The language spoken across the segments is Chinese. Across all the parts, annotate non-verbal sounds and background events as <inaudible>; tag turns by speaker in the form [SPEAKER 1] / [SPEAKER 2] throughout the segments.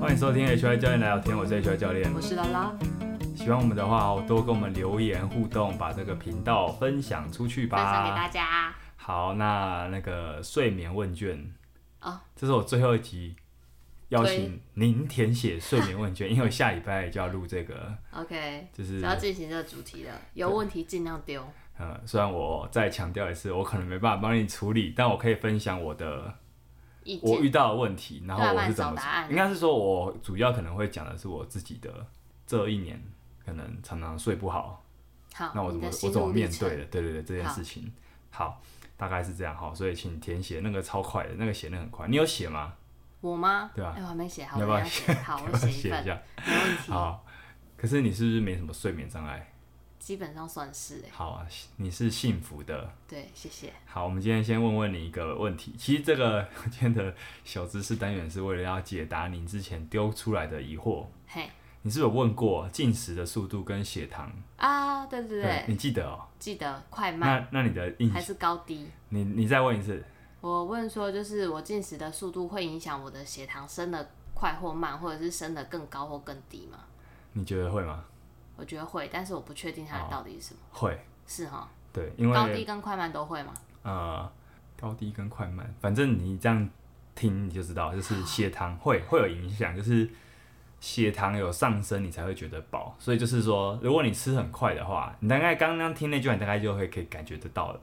[SPEAKER 1] 欢迎收听 HY 教练来聊天，我是 HY 教练
[SPEAKER 2] 我。是拉拉，
[SPEAKER 1] 嗯喜欢我们的话，哦多跟我们留言互动，把这个频道分享出去
[SPEAKER 2] 分享给大
[SPEAKER 1] 吧。
[SPEAKER 2] 家。
[SPEAKER 1] 好，那那个睡眠问卷
[SPEAKER 2] 啊，
[SPEAKER 1] 这是我最后一集，邀
[SPEAKER 2] 对
[SPEAKER 1] 请您填写睡眠问
[SPEAKER 2] <laughs>
[SPEAKER 1] 卷，因为我下礼拜就要录这个，
[SPEAKER 2] OK，
[SPEAKER 1] 就
[SPEAKER 2] 只
[SPEAKER 1] 是
[SPEAKER 2] 要进行这个主题了，有问题尽量丢。
[SPEAKER 1] 呃，虽然我再强调一次，我可能没办法帮你处理，但我可以分享我的
[SPEAKER 2] 意
[SPEAKER 1] 我
[SPEAKER 2] 见
[SPEAKER 1] 遇到的问题，然后
[SPEAKER 2] 对啊
[SPEAKER 1] 我
[SPEAKER 2] 帮
[SPEAKER 1] 是
[SPEAKER 2] 你
[SPEAKER 1] 怎
[SPEAKER 2] 找
[SPEAKER 1] 么
[SPEAKER 2] 答案
[SPEAKER 1] 应该是说，我主要可能会讲的是我自己的这一年可能常常睡不好，
[SPEAKER 2] 好，
[SPEAKER 1] 那我怎
[SPEAKER 2] 啊你
[SPEAKER 1] 么
[SPEAKER 2] 的
[SPEAKER 1] 我
[SPEAKER 2] 心
[SPEAKER 1] 怎么
[SPEAKER 2] 路历
[SPEAKER 1] 面
[SPEAKER 2] 程
[SPEAKER 1] 对的？对对对，这件事情好，大概是这样哈，所以请填写那个超快的，那个写的很快，你有写吗？
[SPEAKER 2] 我吗？
[SPEAKER 1] 对啊
[SPEAKER 2] 哎，我还没写好，
[SPEAKER 1] 你
[SPEAKER 2] 我
[SPEAKER 1] 要不要
[SPEAKER 2] 等一下写。好，
[SPEAKER 1] <laughs>
[SPEAKER 2] 我写
[SPEAKER 1] 写
[SPEAKER 2] 一份
[SPEAKER 1] 一，下
[SPEAKER 2] 没问题。
[SPEAKER 1] 好。可是你是不是没什么睡眠障碍？
[SPEAKER 2] 基本上算是哎，
[SPEAKER 1] 好啊，你是幸福的。
[SPEAKER 2] 对，谢谢。
[SPEAKER 1] 好，我们今天先问问你一个问题。其实这个 <laughs> 今天的小知识单元是为了要解答您之前丢出来的疑惑。
[SPEAKER 2] 嘿
[SPEAKER 1] 你是不是有问过进食的速度跟血糖？
[SPEAKER 2] 啊，对对对，
[SPEAKER 1] 你记得哦。
[SPEAKER 2] 记得快慢
[SPEAKER 1] 那那你的印
[SPEAKER 2] 还，是高低？
[SPEAKER 1] 你你再问一次。
[SPEAKER 2] 我问说，就是我进食的速度会影响我的血糖升的快或慢，或者是升的更高或更低吗？
[SPEAKER 1] 你觉得会吗？
[SPEAKER 2] 我觉得会，但是我不确定
[SPEAKER 1] 哦
[SPEAKER 2] 它的到底是什么。
[SPEAKER 1] 会，
[SPEAKER 2] 是哈，
[SPEAKER 1] 对，因为
[SPEAKER 2] 高低跟快慢都会吗？
[SPEAKER 1] 呃，高低跟快慢，反正你这样听你就知道，就是血糖会会有影响，就是血糖有上升，你才会觉得饱。所以就是说，如果你吃很快的话，你大概刚刚听那句话，你大概就会可以感觉得到了。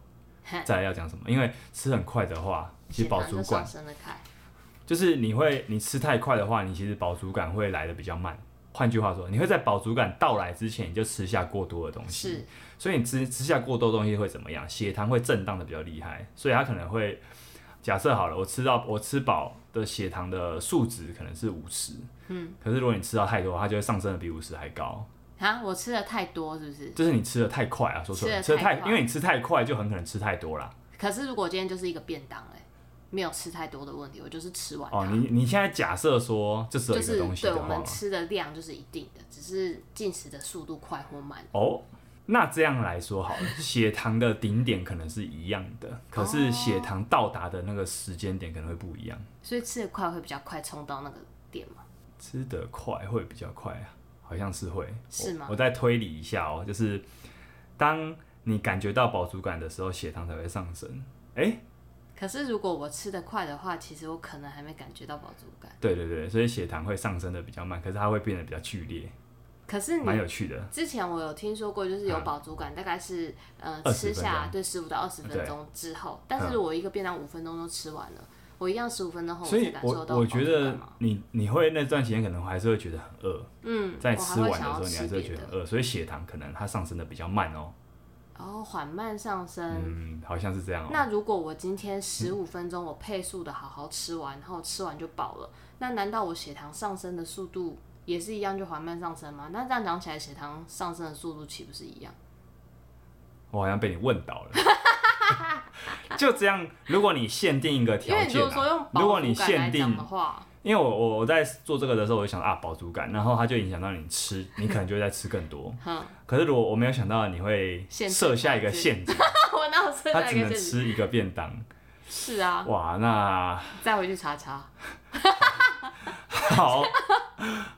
[SPEAKER 2] 嘿
[SPEAKER 1] 再来要讲什么？因为吃很快的话， <laughs> 其
[SPEAKER 2] 血
[SPEAKER 1] 实饱
[SPEAKER 2] 糖
[SPEAKER 1] 足
[SPEAKER 2] 就
[SPEAKER 1] 感
[SPEAKER 2] 上升的开。
[SPEAKER 1] 就是你会你吃太快的话，你其实饱足感会来的比较慢。换句话说，你会在饱足感到来之前，你就吃下过多的东西。
[SPEAKER 2] 是
[SPEAKER 1] 所以你吃吃下过多东西会怎么样？血糖会震荡的比较厉害，所以它可能会假设好了，我吃到我吃饱的血糖的数值可能是五十，嗯，可是如果你吃到太多，它就会上升的比五十还高，
[SPEAKER 2] 啊，我吃的太多是不是？
[SPEAKER 1] 就是你吃的太快啊，说错了，
[SPEAKER 2] 吃
[SPEAKER 1] 吃
[SPEAKER 2] 得
[SPEAKER 1] 的太
[SPEAKER 2] 太，快
[SPEAKER 1] 因为你吃太快就很可能吃太多啦。
[SPEAKER 2] 可是如果今天就是一个便当、欸，没有吃太多的问题，我就是吃完它，
[SPEAKER 1] 哦，你你现在假设说这只有
[SPEAKER 2] 就
[SPEAKER 1] 一个
[SPEAKER 2] 是
[SPEAKER 1] 东西
[SPEAKER 2] 对
[SPEAKER 1] 的
[SPEAKER 2] 我
[SPEAKER 1] 话
[SPEAKER 2] 们
[SPEAKER 1] 吗，
[SPEAKER 2] 吃的量就是一定的，只是进食的速度快或慢。
[SPEAKER 1] 哦，那这样来说好了，血糖的顶点可能是一样的，可
[SPEAKER 2] 哦
[SPEAKER 1] 是血糖到达的那个时间点可能会不一样。
[SPEAKER 2] 所以吃的快会比较快冲到那个点嘛？
[SPEAKER 1] 吃得快会比较快啊，好像是会。
[SPEAKER 2] 是吗
[SPEAKER 1] 我？我再推理一下哦，就是当你感觉到饱足感的时候，血糖才会上升。哎、
[SPEAKER 2] 可是如果我吃的快的话，其实我可能还没感觉到饱足感。
[SPEAKER 1] 对对对，所以血糖会上升的比较慢，可是它会变得比较剧烈，
[SPEAKER 2] 可是
[SPEAKER 1] 蛮
[SPEAKER 2] 你
[SPEAKER 1] 有趣的。
[SPEAKER 2] 之前我有听说过，就是有饱足感，大概是呃
[SPEAKER 1] 20
[SPEAKER 2] 吃
[SPEAKER 1] 嗯分
[SPEAKER 2] 下
[SPEAKER 1] 钟
[SPEAKER 2] 对十五到二十分
[SPEAKER 1] 对嗯
[SPEAKER 2] 钟之后，但是如果我一个便当五分钟都吃完了，我一样十五分钟后
[SPEAKER 1] 所
[SPEAKER 2] 才
[SPEAKER 1] 以
[SPEAKER 2] 感受
[SPEAKER 1] 我
[SPEAKER 2] 到
[SPEAKER 1] 我
[SPEAKER 2] 饱足
[SPEAKER 1] 觉
[SPEAKER 2] 感
[SPEAKER 1] 得
[SPEAKER 2] 嘛？
[SPEAKER 1] 你你会那段时间可能还是会觉得很饿，
[SPEAKER 2] 嗯，
[SPEAKER 1] 在
[SPEAKER 2] 我还
[SPEAKER 1] 吃
[SPEAKER 2] 会
[SPEAKER 1] 完的
[SPEAKER 2] 想
[SPEAKER 1] 时
[SPEAKER 2] 要
[SPEAKER 1] 候你还
[SPEAKER 2] 吃
[SPEAKER 1] 是会
[SPEAKER 2] 别
[SPEAKER 1] 觉
[SPEAKER 2] 的
[SPEAKER 1] 得很饿，所以血糖可能它上升的比较慢哦。
[SPEAKER 2] 然后缓慢上升。
[SPEAKER 1] 嗯，好像是这样哦。
[SPEAKER 2] 那如果我今天十五分钟我配速的好好吃完，然后吃完就饱了，那难道我血糖上升的速度也是一样就缓慢上升吗？那这样讲起来，血糖上升的速度岂不是一样？
[SPEAKER 1] 我好像被你问倒了。 <laughs> 就这样，如果你限定一个
[SPEAKER 2] 因
[SPEAKER 1] 条
[SPEAKER 2] 为你如
[SPEAKER 1] 件、
[SPEAKER 2] 果说用
[SPEAKER 1] 啊，如
[SPEAKER 2] 饱
[SPEAKER 1] 果你
[SPEAKER 2] 足感来
[SPEAKER 1] 限定
[SPEAKER 2] 讲的话，
[SPEAKER 1] 因为我我我在做这个的时候，我就想啊饱足感，然后它就影响到你吃，你可能就会再吃更多。
[SPEAKER 2] 哼，
[SPEAKER 1] 可是如果我没有想到你会
[SPEAKER 2] 限制
[SPEAKER 1] 设下一个陷阱，
[SPEAKER 2] <laughs> 我哪有吃
[SPEAKER 1] 它
[SPEAKER 2] 那
[SPEAKER 1] 只能
[SPEAKER 2] 个是
[SPEAKER 1] 吃一个便当，
[SPEAKER 2] 是啊，
[SPEAKER 1] 哇，那
[SPEAKER 2] 再回去查查。
[SPEAKER 1] <laughs> 好，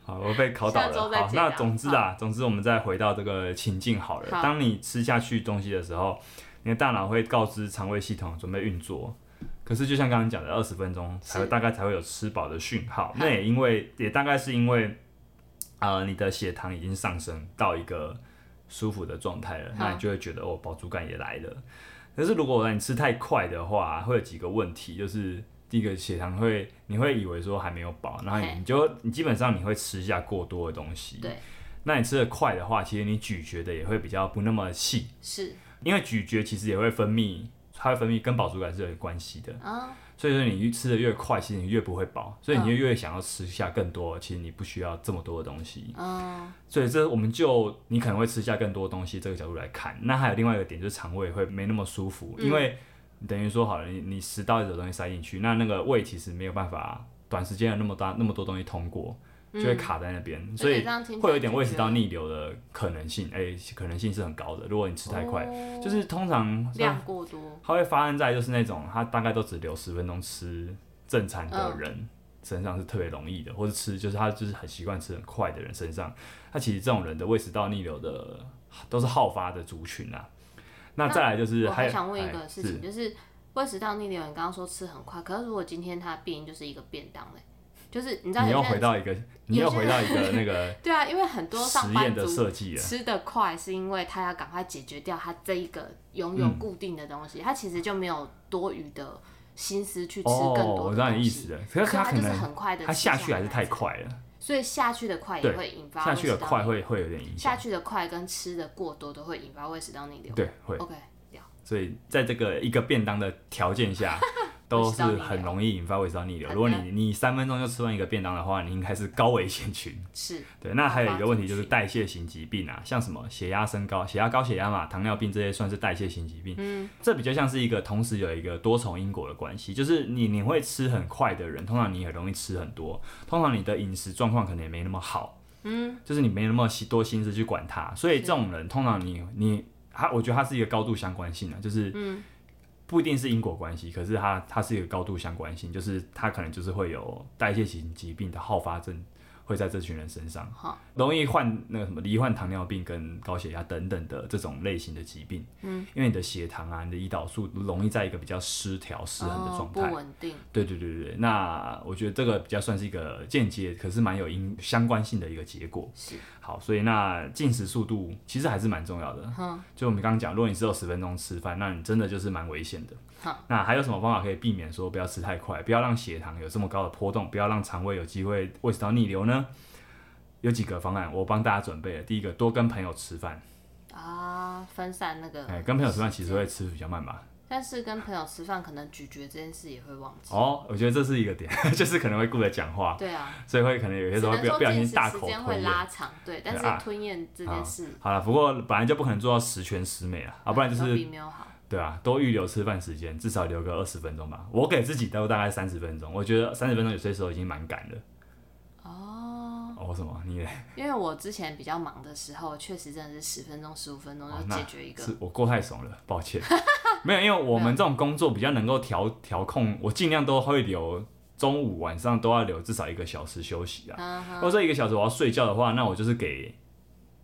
[SPEAKER 1] 好，我被考倒
[SPEAKER 2] 下周
[SPEAKER 1] 了。
[SPEAKER 2] 再
[SPEAKER 1] 好，
[SPEAKER 2] 解答
[SPEAKER 1] 那总之啊，总之我们再回到这个情境好了。
[SPEAKER 2] 好
[SPEAKER 1] 当你吃下去东西的时候，你的大脑会告知肠胃系统准备运作。可是就像刚刚讲的，二十分钟才会
[SPEAKER 2] 是
[SPEAKER 1] 大概才会有吃饱的讯号
[SPEAKER 2] 好。
[SPEAKER 1] 那也因为也大概是因为，呃，你的血糖已经上升到一个舒服的状态了，那你
[SPEAKER 2] 好
[SPEAKER 1] 就会觉得哦，饱足感也来了。可是如果你吃太快的话，会有几个问题，就是第一个血糖会，你会以为说还没有饱，然后
[SPEAKER 2] 嘿
[SPEAKER 1] 你就你基本上你会吃下过多的东西。
[SPEAKER 2] 对，
[SPEAKER 1] 那你吃的快的话，其实你咀嚼的也会比较不那么细，
[SPEAKER 2] 是
[SPEAKER 1] 因为咀嚼其实也会分泌，它会分泌跟饱足感是有关系的。
[SPEAKER 2] 啊，
[SPEAKER 1] 所以说你吃的越快，其实你越不会饱，所以你
[SPEAKER 2] 嗯
[SPEAKER 1] 就越想要吃下更多。其实你不需要这么多的东西。
[SPEAKER 2] 嗯，
[SPEAKER 1] 所以这我们就你可能会吃下更多东西这个角度来看。那还有另外一个点就是肠胃会没那么舒服，
[SPEAKER 2] 嗯
[SPEAKER 1] 因为等于说好了，你你食道有东西塞进去，那那个胃其实没有办法短时间有那么大那么多东西通过，
[SPEAKER 2] 嗯
[SPEAKER 1] 就会卡在那边，所
[SPEAKER 2] 而且
[SPEAKER 1] 以
[SPEAKER 2] 这样听起来
[SPEAKER 1] 会有点胃食道
[SPEAKER 2] 就觉得
[SPEAKER 1] 逆流的可能性，哎、可能性是很高的。如果你吃太快，
[SPEAKER 2] 哦
[SPEAKER 1] 就是通常
[SPEAKER 2] 量过多，
[SPEAKER 1] 它会发生在就是那种他大概都只留十分钟吃正餐的人。身上是特别容易的，或者吃就是他就是很习惯吃很快的人身上，他其实这种人的胃食道逆流的都是好发的族群啊。那再来就是
[SPEAKER 2] 我
[SPEAKER 1] 还
[SPEAKER 2] 还
[SPEAKER 1] 有
[SPEAKER 2] 想问一
[SPEAKER 1] 哎
[SPEAKER 2] 个事
[SPEAKER 1] 是
[SPEAKER 2] 情，就是胃食道逆流，你刚刚说吃很快，可是如果今天他便就是一个便当嘞，就是你知道
[SPEAKER 1] 你
[SPEAKER 2] 有
[SPEAKER 1] 又
[SPEAKER 2] 些
[SPEAKER 1] 回
[SPEAKER 2] 人
[SPEAKER 1] 到一个，你又
[SPEAKER 2] 有些
[SPEAKER 1] 回到一个那个
[SPEAKER 2] 对啊，因为很多
[SPEAKER 1] 实
[SPEAKER 2] 上
[SPEAKER 1] 验
[SPEAKER 2] 班
[SPEAKER 1] 的
[SPEAKER 2] 族
[SPEAKER 1] 设计啊了。
[SPEAKER 2] 吃得快，是因为他要赶快解决掉他这一个拥有
[SPEAKER 1] 嗯
[SPEAKER 2] 固定的东西，他其实就没有多余的心思去吃更
[SPEAKER 1] 哦，
[SPEAKER 2] 多
[SPEAKER 1] 我
[SPEAKER 2] 的
[SPEAKER 1] 知道你
[SPEAKER 2] 东
[SPEAKER 1] 意
[SPEAKER 2] 西。
[SPEAKER 1] 思了，可
[SPEAKER 2] 所以
[SPEAKER 1] 是他
[SPEAKER 2] 他
[SPEAKER 1] 可
[SPEAKER 2] 啊就是
[SPEAKER 1] 能
[SPEAKER 2] 很快的，
[SPEAKER 1] 他下去还是太，快了，
[SPEAKER 2] 所以下去的快也
[SPEAKER 1] 对
[SPEAKER 2] 会引发
[SPEAKER 1] 下去的
[SPEAKER 2] 胃食道
[SPEAKER 1] 快
[SPEAKER 2] 逆
[SPEAKER 1] 会会有点影
[SPEAKER 2] 下
[SPEAKER 1] 响，
[SPEAKER 2] 去的快跟吃的过多都会引发胃食道逆流。
[SPEAKER 1] 对，会。
[SPEAKER 2] OK，
[SPEAKER 1] 所以在这个一个便当的条件
[SPEAKER 2] <laughs>
[SPEAKER 1] 下，都是很容易引发胃食道逆流。
[SPEAKER 2] 好的
[SPEAKER 1] 如果你你三分钟就吃完一个便当的话，你应该是高危险
[SPEAKER 2] <laughs>
[SPEAKER 1] 群。
[SPEAKER 2] 是
[SPEAKER 1] 对，那还有一个问题就是
[SPEAKER 2] 好吧
[SPEAKER 1] 代谢型疾病啊，像什么血压升高、血压高、血压嘛，糖尿病这些算是代谢型疾病。嗯，这比较像是一个同时有一个多重因果的关系，就是你你会吃很快的人，通常你很容易吃很多，通常你的饮食状况可能也没那么好。嗯，就是你没那么多心思去管它，所以这种人通常你你他，我觉得他是一个高度相关性的、就是不一定是因果关系，可是它它是一个高度相关性，就是它可能就是会有代谢型疾病的好发症会在这群人身上
[SPEAKER 2] 好，
[SPEAKER 1] 容易患那个什么罹患糖尿病跟高血压等等的这种类型的疾病。嗯，因为你的血糖啊，你的胰岛素容易在一个比较失调失衡的
[SPEAKER 2] 哦
[SPEAKER 1] 状
[SPEAKER 2] 不
[SPEAKER 1] 态。
[SPEAKER 2] 稳定。
[SPEAKER 1] 对对对对对，那我觉得这个比较算是一个间接，可是蛮有因相关性的一个结果。
[SPEAKER 2] 是
[SPEAKER 1] 好，所以那进食速度其实还是蛮重要的。
[SPEAKER 2] 嗯，
[SPEAKER 1] 就我们刚刚讲，如果你只有十分钟吃饭，那你真的就是蛮危险的。
[SPEAKER 2] 好，
[SPEAKER 1] 那还有什么方法可以避免说不要吃太快，不要让血糖有这么高的波动，不要让肠胃有机会胃食道逆流呢？有几个方案，我帮大家准备了。第一个，多跟朋友吃饭，
[SPEAKER 2] 啊，分散那个。
[SPEAKER 1] 哎、跟朋友吃饭其实会吃比较慢吧。
[SPEAKER 2] 但是跟朋友吃饭，可能咀嚼这件事也会忘记。
[SPEAKER 1] 哦，我觉得这是一个点， <laughs> 就是可能会顾着讲话，
[SPEAKER 2] 对啊，
[SPEAKER 1] 所以会可能有些
[SPEAKER 2] 只
[SPEAKER 1] 时候
[SPEAKER 2] 能
[SPEAKER 1] 会不
[SPEAKER 2] 说
[SPEAKER 1] 不小
[SPEAKER 2] 进
[SPEAKER 1] 心
[SPEAKER 2] 食
[SPEAKER 1] 大
[SPEAKER 2] 时
[SPEAKER 1] 口
[SPEAKER 2] 间
[SPEAKER 1] 吞
[SPEAKER 2] 会
[SPEAKER 1] 咽。
[SPEAKER 2] 拉长，对，但
[SPEAKER 1] 啊
[SPEAKER 2] 是吞咽这件事
[SPEAKER 1] 好了，不过本来就不可能做到十全十美啊，啊，不然就
[SPEAKER 2] 都
[SPEAKER 1] 是
[SPEAKER 2] 比没有好。
[SPEAKER 1] 对啊，多预留吃饭时间，至少留个二十分钟吧。我给自己都大概三十分钟，我觉得三十分钟有些时候已经蛮赶的。
[SPEAKER 2] 哦，
[SPEAKER 1] 哦，什么？你嘞
[SPEAKER 2] 因为我之前比较忙的时候，确实真的是十分钟、十五分钟
[SPEAKER 1] 哦
[SPEAKER 2] 就
[SPEAKER 1] 那
[SPEAKER 2] 解决一个。
[SPEAKER 1] 是我过太怂了，抱
[SPEAKER 2] <laughs>
[SPEAKER 1] 歉。没有，因为我们这种工作比较能够
[SPEAKER 2] 嗯
[SPEAKER 1] 调调控，我尽量都会留中午、晚上都要留至少一个小时休息啊。
[SPEAKER 2] 嗯
[SPEAKER 1] 如果这一个小时我要睡觉的话，那我就是给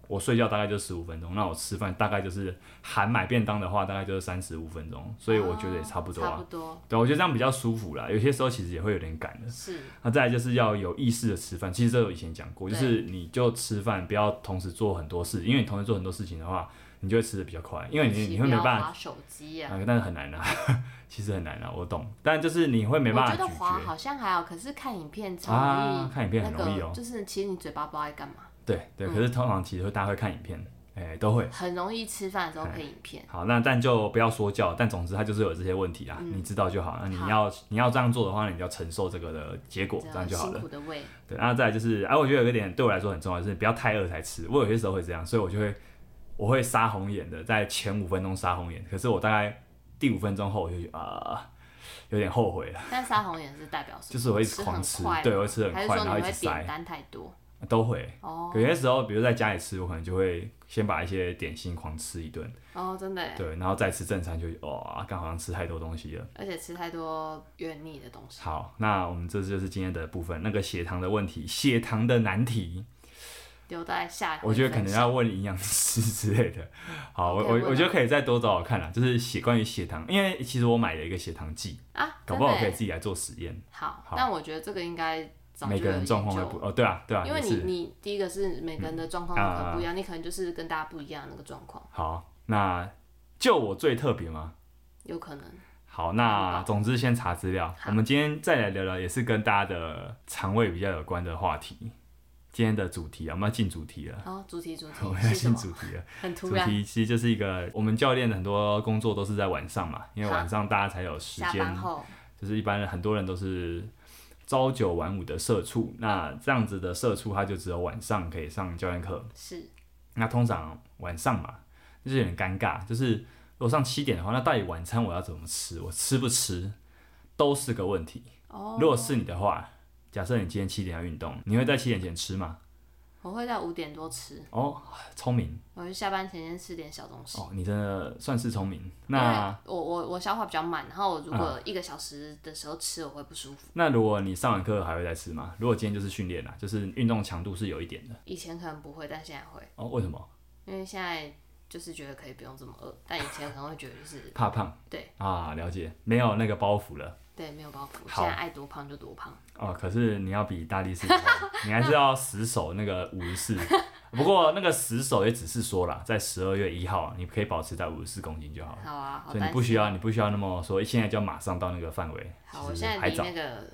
[SPEAKER 1] 我睡觉大概就十五分钟，那我吃饭大概就是含买便当的话，大概就是三十五分钟，所以我觉得也差不多
[SPEAKER 2] 差
[SPEAKER 1] 啊。
[SPEAKER 2] 不多
[SPEAKER 1] 对，我觉得这样比较舒服啦。有些时候其实也会有点赶的。
[SPEAKER 2] 是
[SPEAKER 1] 那再来就是要有意识的吃饭，其实这个我以前讲过，就是你就吃饭不要同时做很多事，因为你同时做很多事情的话，你就会吃的比较快，因为你你会没办
[SPEAKER 2] 划
[SPEAKER 1] 法，
[SPEAKER 2] 手机呀、
[SPEAKER 1] 啊、但是很难啊， <laughs> 其实很难啊，我懂，但就是你会没
[SPEAKER 2] 我
[SPEAKER 1] 办法
[SPEAKER 2] 觉得
[SPEAKER 1] 咀
[SPEAKER 2] 滑
[SPEAKER 1] 嚼。
[SPEAKER 2] 好像还好，可是看影片超容
[SPEAKER 1] 啊
[SPEAKER 2] 易，，
[SPEAKER 1] 看影片很容易哦、
[SPEAKER 2] 那个就是其实你嘴巴不知道在干嘛，
[SPEAKER 1] 对对，
[SPEAKER 2] 嗯
[SPEAKER 1] 可是通常其实会大家会看影片，哎、都会。
[SPEAKER 2] 很容易吃饭的时候配影片。
[SPEAKER 1] 好，那但就不要说教，但总之它就是有这些问题啦，啊
[SPEAKER 2] 嗯
[SPEAKER 1] 你知道就好。那你要你要这样做的话，你就要承受这个的结果，这样哦就好了
[SPEAKER 2] 辛。苦的胃，
[SPEAKER 1] 对，然后再来就是，哎、我觉得有一个点对我来说很重要，就是不要太饿才吃。我有些时候会这样，所以我就会我会杀红眼的，在前五分钟杀红眼，可是我大概第五分钟后我就觉得啊、有点后悔了，
[SPEAKER 2] 但沙红眼是代表什
[SPEAKER 1] 就
[SPEAKER 2] 么？
[SPEAKER 1] 是我一直
[SPEAKER 2] 吃
[SPEAKER 1] 狂
[SPEAKER 2] 很
[SPEAKER 1] 吃，
[SPEAKER 2] 快
[SPEAKER 1] 对，我会吃很
[SPEAKER 2] 还是
[SPEAKER 1] 快，
[SPEAKER 2] 说
[SPEAKER 1] 然后一
[SPEAKER 2] 你
[SPEAKER 1] 直
[SPEAKER 2] 会点
[SPEAKER 1] 塞，
[SPEAKER 2] 单太多？
[SPEAKER 1] 都会。
[SPEAKER 2] 哦
[SPEAKER 1] 有些时候，比如在家里吃，我可能就会先把一些点心狂吃一顿，
[SPEAKER 2] 哦，真的耶，
[SPEAKER 1] 对，然后再吃正餐就，哇，刚好像吃太多东西了。
[SPEAKER 2] 而且吃太多油腻的东西。
[SPEAKER 1] 好，那我们这就是今天的部分，那个血糖的问题，血糖的难题。
[SPEAKER 2] 留在下一回
[SPEAKER 1] 我觉得可
[SPEAKER 2] 分
[SPEAKER 1] 能
[SPEAKER 2] 享
[SPEAKER 1] 要问营养师 <laughs> 之类的。好，我
[SPEAKER 2] 可以
[SPEAKER 1] 我
[SPEAKER 2] 问
[SPEAKER 1] 我
[SPEAKER 2] 啊
[SPEAKER 1] 觉得可以再多找找看啦，就是血关于血糖，因为其实我买了一个血糖计，
[SPEAKER 2] 啊，
[SPEAKER 1] 搞不好我可以
[SPEAKER 2] 真的耶
[SPEAKER 1] 自己来做实验。
[SPEAKER 2] 好
[SPEAKER 1] 好，
[SPEAKER 2] 但我觉得这个应该早就
[SPEAKER 1] 每
[SPEAKER 2] 有
[SPEAKER 1] 个人状况会
[SPEAKER 2] 研究
[SPEAKER 1] 不哦，对啊，对啊，
[SPEAKER 2] 因为
[SPEAKER 1] 也
[SPEAKER 2] 你
[SPEAKER 1] 是
[SPEAKER 2] 你第一个是每个人的状况
[SPEAKER 1] 嗯
[SPEAKER 2] 可能不一样，你可能就是跟大家不一样的那个状况，
[SPEAKER 1] 好。那就我最特别吗？
[SPEAKER 2] 有可能
[SPEAKER 1] 好，那总之先查资料。
[SPEAKER 2] 好
[SPEAKER 1] 我们今天再来聊聊，也是跟大家的肠胃比较有关的话题。今天的主题啊，我们要进主题了，
[SPEAKER 2] 哦，主题主
[SPEAKER 1] 我
[SPEAKER 2] 题
[SPEAKER 1] 们要
[SPEAKER 2] 是什
[SPEAKER 1] 进
[SPEAKER 2] 么？
[SPEAKER 1] 主题了。
[SPEAKER 2] 很
[SPEAKER 1] 主
[SPEAKER 2] 突然，
[SPEAKER 1] 题其实就是一个，我们教练很多工作都是在晚上嘛，因为
[SPEAKER 2] 好
[SPEAKER 1] 晚上大家才有时
[SPEAKER 2] 下
[SPEAKER 1] 间
[SPEAKER 2] 班后
[SPEAKER 1] 就是一般人很多人都是朝九晚五的社畜，那这样子的社畜他就只有晚上可以上教练课。
[SPEAKER 2] 是
[SPEAKER 1] 那通常晚上嘛，就是有点尴尬，就是如果上七点的话，那到底晚餐我要怎么吃？我吃不吃都是个问题。
[SPEAKER 2] 哦，
[SPEAKER 1] 如果是你的话，假设你今天七点要运动，你会在七点前吃吗？
[SPEAKER 2] 我会在五点多吃，
[SPEAKER 1] 哦，聪明
[SPEAKER 2] 我就下班前先吃点小东西。
[SPEAKER 1] 哦，你真的算是聪明。
[SPEAKER 2] 因
[SPEAKER 1] 那嗯
[SPEAKER 2] 为我我我消化比较慢，然后我如果一个小时的时候吃，我会不舒服。
[SPEAKER 1] 那如果你上完课还会再吃吗？如果今天就是训练啦，啊就是运动强度是有一点的
[SPEAKER 2] 以前可能不会，但现在会，
[SPEAKER 1] 哦。为什么？
[SPEAKER 2] 因为现在就是觉得可以不用这么饿，但以前可能会觉得就是
[SPEAKER 1] 怕胖
[SPEAKER 2] 对
[SPEAKER 1] 啊？了解，没有那个包袱了
[SPEAKER 2] 对没有包袱，
[SPEAKER 1] 好
[SPEAKER 2] 现在爱多胖就多胖。
[SPEAKER 1] 哦。可是你要比大力士以后，你还是要死守那个五十四。
[SPEAKER 2] <laughs>
[SPEAKER 1] 不过那个死守也只是说啦，在十二月一号，啊你可以保持在五十四公斤就好了。
[SPEAKER 2] 好啊，好
[SPEAKER 1] 所以你
[SPEAKER 2] 担
[SPEAKER 1] 不
[SPEAKER 2] 心。
[SPEAKER 1] 需要，你不需要那么说，现在就要马上到那个范围，
[SPEAKER 2] 好，我
[SPEAKER 1] 其
[SPEAKER 2] 现
[SPEAKER 1] 实
[SPEAKER 2] 在
[SPEAKER 1] 还
[SPEAKER 2] 离
[SPEAKER 1] 早，
[SPEAKER 2] 那个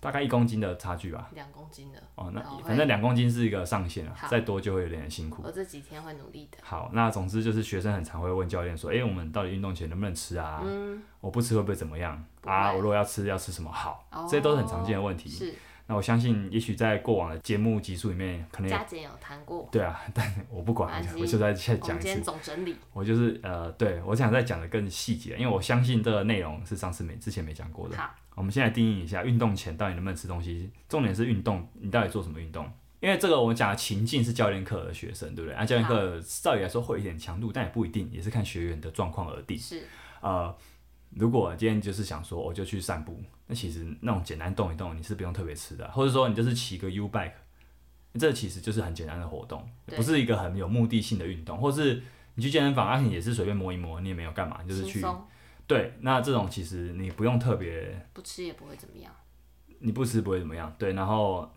[SPEAKER 1] 大概一公斤的差距吧。
[SPEAKER 2] 两公斤了，
[SPEAKER 1] 哦，那
[SPEAKER 2] 好
[SPEAKER 1] 反正两公斤是一个上限啊
[SPEAKER 2] 好，
[SPEAKER 1] 再多就会有点辛苦。
[SPEAKER 2] 我这几天会努力的。
[SPEAKER 1] 好，那总之就是学生很常会问教练说，诶，我们到底运动前能不能吃啊？
[SPEAKER 2] 嗯，
[SPEAKER 1] 我不吃会不会怎么样
[SPEAKER 2] 不会
[SPEAKER 1] 啊？我如果要吃要吃什么好？
[SPEAKER 2] 哦
[SPEAKER 1] 这都是很常见的问题。
[SPEAKER 2] 是
[SPEAKER 1] 那我相信，也许在过往的节目集数里面，可能也
[SPEAKER 2] 加减有谈过，
[SPEAKER 1] 对啊，但我不管
[SPEAKER 2] 没关，系
[SPEAKER 1] 我就再再
[SPEAKER 2] 我
[SPEAKER 1] 讲
[SPEAKER 2] 们
[SPEAKER 1] 一
[SPEAKER 2] 今天
[SPEAKER 1] 次。
[SPEAKER 2] 总整理。
[SPEAKER 1] 我就是呃，对我想再讲的更细节，因为我相信这个内容是上次没之前没讲过的。
[SPEAKER 2] 好，
[SPEAKER 1] 我们现在定义一下，运动前到底能不能吃东西？重点是运动，你到底做什么运动？因为这个我们讲的情境是教练课的学生，对不对？啊，教练课照理来说会有一点强度，但也不一定，也是看学员的状况而定。
[SPEAKER 2] 是
[SPEAKER 1] 呃，如果今天就是想说，我哦就去散步，那其实那种简单动一动，你是不用特别吃的啊，或者说你就是骑个 U bike，这其实就是很简单的活动，
[SPEAKER 2] 对
[SPEAKER 1] 不是一个很有目的性的运动，或是你去健身房，啊，你也是随便摸一摸，你也没有干嘛，你就是
[SPEAKER 2] 轻
[SPEAKER 1] 去。
[SPEAKER 2] 松，
[SPEAKER 1] 对，那这种其实你不用特别
[SPEAKER 2] 不吃也不会怎么样，
[SPEAKER 1] 你不吃不会怎么样，对，然后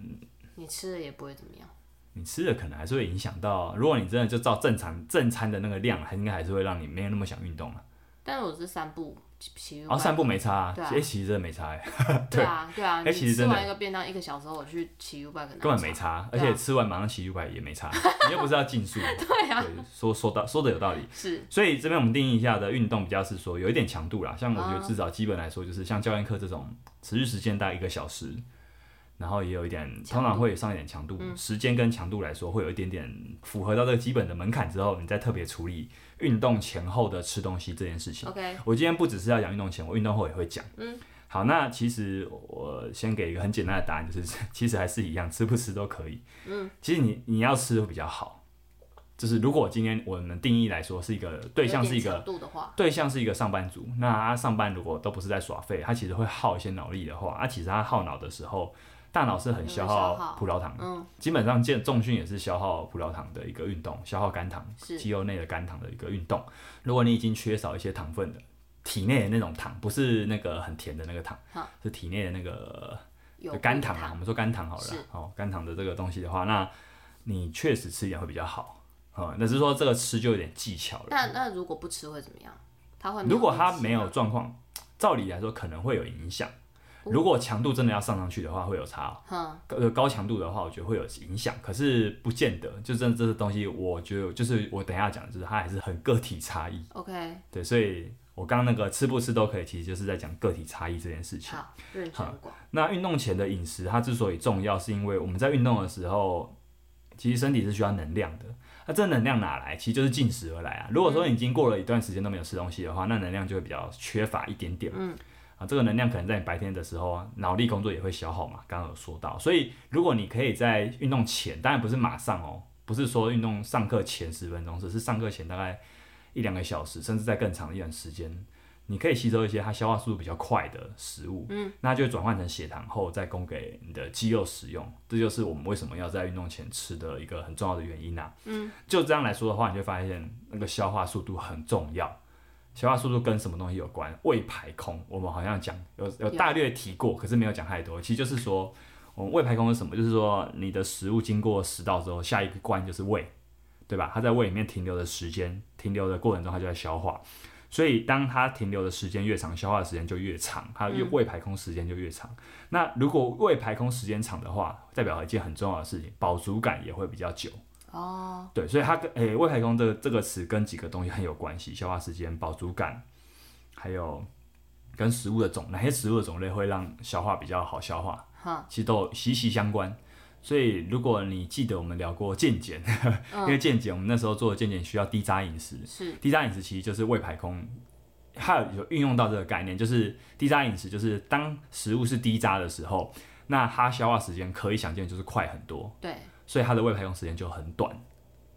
[SPEAKER 2] 你吃了也不会怎么样。
[SPEAKER 1] 你吃了可能还是会影响到，如果你真的就照正常正餐的那个量，还应该还是会让你没有那么想运动了、
[SPEAKER 2] 但是我是散步，骑骑
[SPEAKER 1] 然后散
[SPEAKER 2] 步。
[SPEAKER 1] 步没差、啊，
[SPEAKER 2] 对啊
[SPEAKER 1] 诶其实真的没差、欸，
[SPEAKER 2] 对啊，对啊，
[SPEAKER 1] 哎
[SPEAKER 2] 你
[SPEAKER 1] 其实
[SPEAKER 2] 吃
[SPEAKER 1] 真的
[SPEAKER 2] 完一个便当一个小时后，我去骑 U bike
[SPEAKER 1] 根本没。差，而且吃完马上骑 U 百也没差，你又不是要竞速，
[SPEAKER 2] 啊 <laughs> 对啊，
[SPEAKER 1] 对，说说到说的有道理。
[SPEAKER 2] 是
[SPEAKER 1] 所以这边我们定义一下的运动比较是说有一点强度啦，像我觉得
[SPEAKER 2] 啊
[SPEAKER 1] 至少基本来说就是像教练课这种持续时间大概一个小时，然后也有一点
[SPEAKER 2] 强
[SPEAKER 1] 通
[SPEAKER 2] 度嗯
[SPEAKER 1] 常会上一点强度，时间跟强度来说会有一点点符合到这个基本的门槛之后，你再特别处理运动前后的吃东西这件事情。
[SPEAKER 2] OK，
[SPEAKER 1] 我今天不只是要讲运动前，我运动后也会讲。
[SPEAKER 2] 嗯，
[SPEAKER 1] 好，那其实我先给一个很简单的答案，就是 <laughs> 其实还是一样，吃不吃都可以。嗯，其实你你要吃会比较好。就是如果今天我们定义来说是一个对象是一
[SPEAKER 2] 有
[SPEAKER 1] 个
[SPEAKER 2] 点强度的话，
[SPEAKER 1] 对象是一个上班族，那他上班如果都不是在耍废，他其实会耗一些脑力的话，他、啊其实他耗脑的时候，大脑是很消
[SPEAKER 2] 也会消
[SPEAKER 1] 耗
[SPEAKER 2] 耗
[SPEAKER 1] 葡萄糖的。
[SPEAKER 2] 嗯，
[SPEAKER 1] 基本上健重训也是消耗葡萄糖的一个运动，消耗肝糖
[SPEAKER 2] 是
[SPEAKER 1] 肌肉内的肝糖的一个运动。如果你已经缺少一些糖分的，体内的那种糖，不是那个很甜的那个糖
[SPEAKER 2] 好，
[SPEAKER 1] 是体内的那个
[SPEAKER 2] 有
[SPEAKER 1] 肝糖啊，我
[SPEAKER 2] 糖，
[SPEAKER 1] 们说肝糖好了啦
[SPEAKER 2] 是，
[SPEAKER 1] 哦，肝糖的这个东西的话，那你确实吃一点会比较好啊、那只是说这个吃就有点技巧了。
[SPEAKER 2] 那那如果不吃会怎么样？他会
[SPEAKER 1] 如果
[SPEAKER 2] 他
[SPEAKER 1] 它没有状况，照理来说可能会有影响。
[SPEAKER 2] 哦
[SPEAKER 1] 如果强度真的要上上去的话，会有差、哦。
[SPEAKER 2] 哼，
[SPEAKER 1] 高高强度的话，我觉得会有影响，可是不见得。就真的这个东西，我觉得就是我等一下讲，的就是它还是很个体差异。
[SPEAKER 2] OK，
[SPEAKER 1] 对，所以我刚刚那个吃不吃都可以，其实就是在讲个体差异这件事情。
[SPEAKER 2] 好，认真管，
[SPEAKER 1] 那运动前的饮食，它之所以重要，是因为我们在运动的时候，其实身体是需要能量的。那这能量哪来？其实就是进食而来啊。如果说你已经过了一段时间都没有吃东西的话，那能量就会比较缺乏一点点。
[SPEAKER 2] 嗯。
[SPEAKER 1] 啊，这个能量可能在你白天的时候啊，脑力工作也会消耗嘛，刚刚有说到。所以如果你可以在运动前，当然不是马上哦，不是说运动上课前十分钟，只是上课前大概一两个小时，甚至在更长一段时间，你可以吸收一些它消化速度比较快的食物，嗯，那它就会转换成血糖后再供给你的肌肉使用，这就是我们为什么要在运动前吃的一个很重要的原因啊。嗯，就这样来说的话，你就发现那个消化速度很重要。消化速度跟什么东西有关？胃排空，我们好像讲有有
[SPEAKER 2] 有
[SPEAKER 1] 大略提过，可是没有讲太多。其实就是说，我们胃排空是什么？就是说你的食物经过食道之后，下一个关就是胃，对吧？它在胃里面停留的时间，停留的过程中，它就在消化。所以当它停留的时间越长，消化的时间就越长，它越胃排空时间就越长。那如果胃排空时间长的话，代表一件很重要的事情，饱足感也会比较久。
[SPEAKER 2] 哦，
[SPEAKER 1] 对，所以它跟诶、胃排空这个这个词跟几个东西很有关系，消化时间、饱足感，还有跟食物的种哪些食物的种类会让消化比较好消化。
[SPEAKER 2] 哼，
[SPEAKER 1] 其实都有息息相关。所以，如果你记得我们聊过健检， <laughs> 因为健检我们那时候做的健检需要低渣饮食，
[SPEAKER 2] 是
[SPEAKER 1] 低渣饮食其实就是胃排空，它有运用到这个概念，就是低渣饮食就是当食物是低渣的时候，那它消化时间可以想见就是快很多。
[SPEAKER 2] 对，
[SPEAKER 1] 所以它的胃排空时间就很短。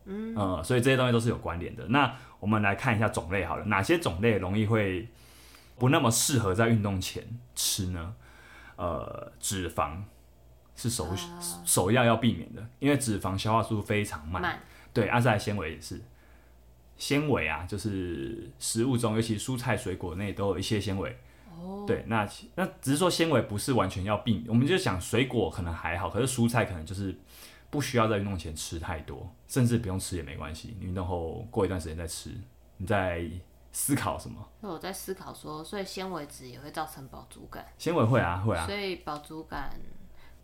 [SPEAKER 1] 嗯、呃，所以这些东西都是有关联的。那我们来看一下种类好了，哪些种类容易会不那么适合在运动前吃呢？呃，脂肪是首、首要要避免的，因为脂肪消化速度非常慢。
[SPEAKER 2] 慢
[SPEAKER 1] 对，阿塞纤维也是。纤维啊，就是食物中，尤其蔬菜水果内都有一些纤维。哦。对，那其那只是说纤维不是完全要避，我们就想水果可能还好，可是蔬菜可能就是不需要在运动前吃太多，甚至不用吃也没关系，你运动后过一段时间再吃，你在思考什么？
[SPEAKER 2] 那我在思考说，所以纤维质也会造成饱足感，
[SPEAKER 1] 纤维会啊，会啊，
[SPEAKER 2] 所以饱足感，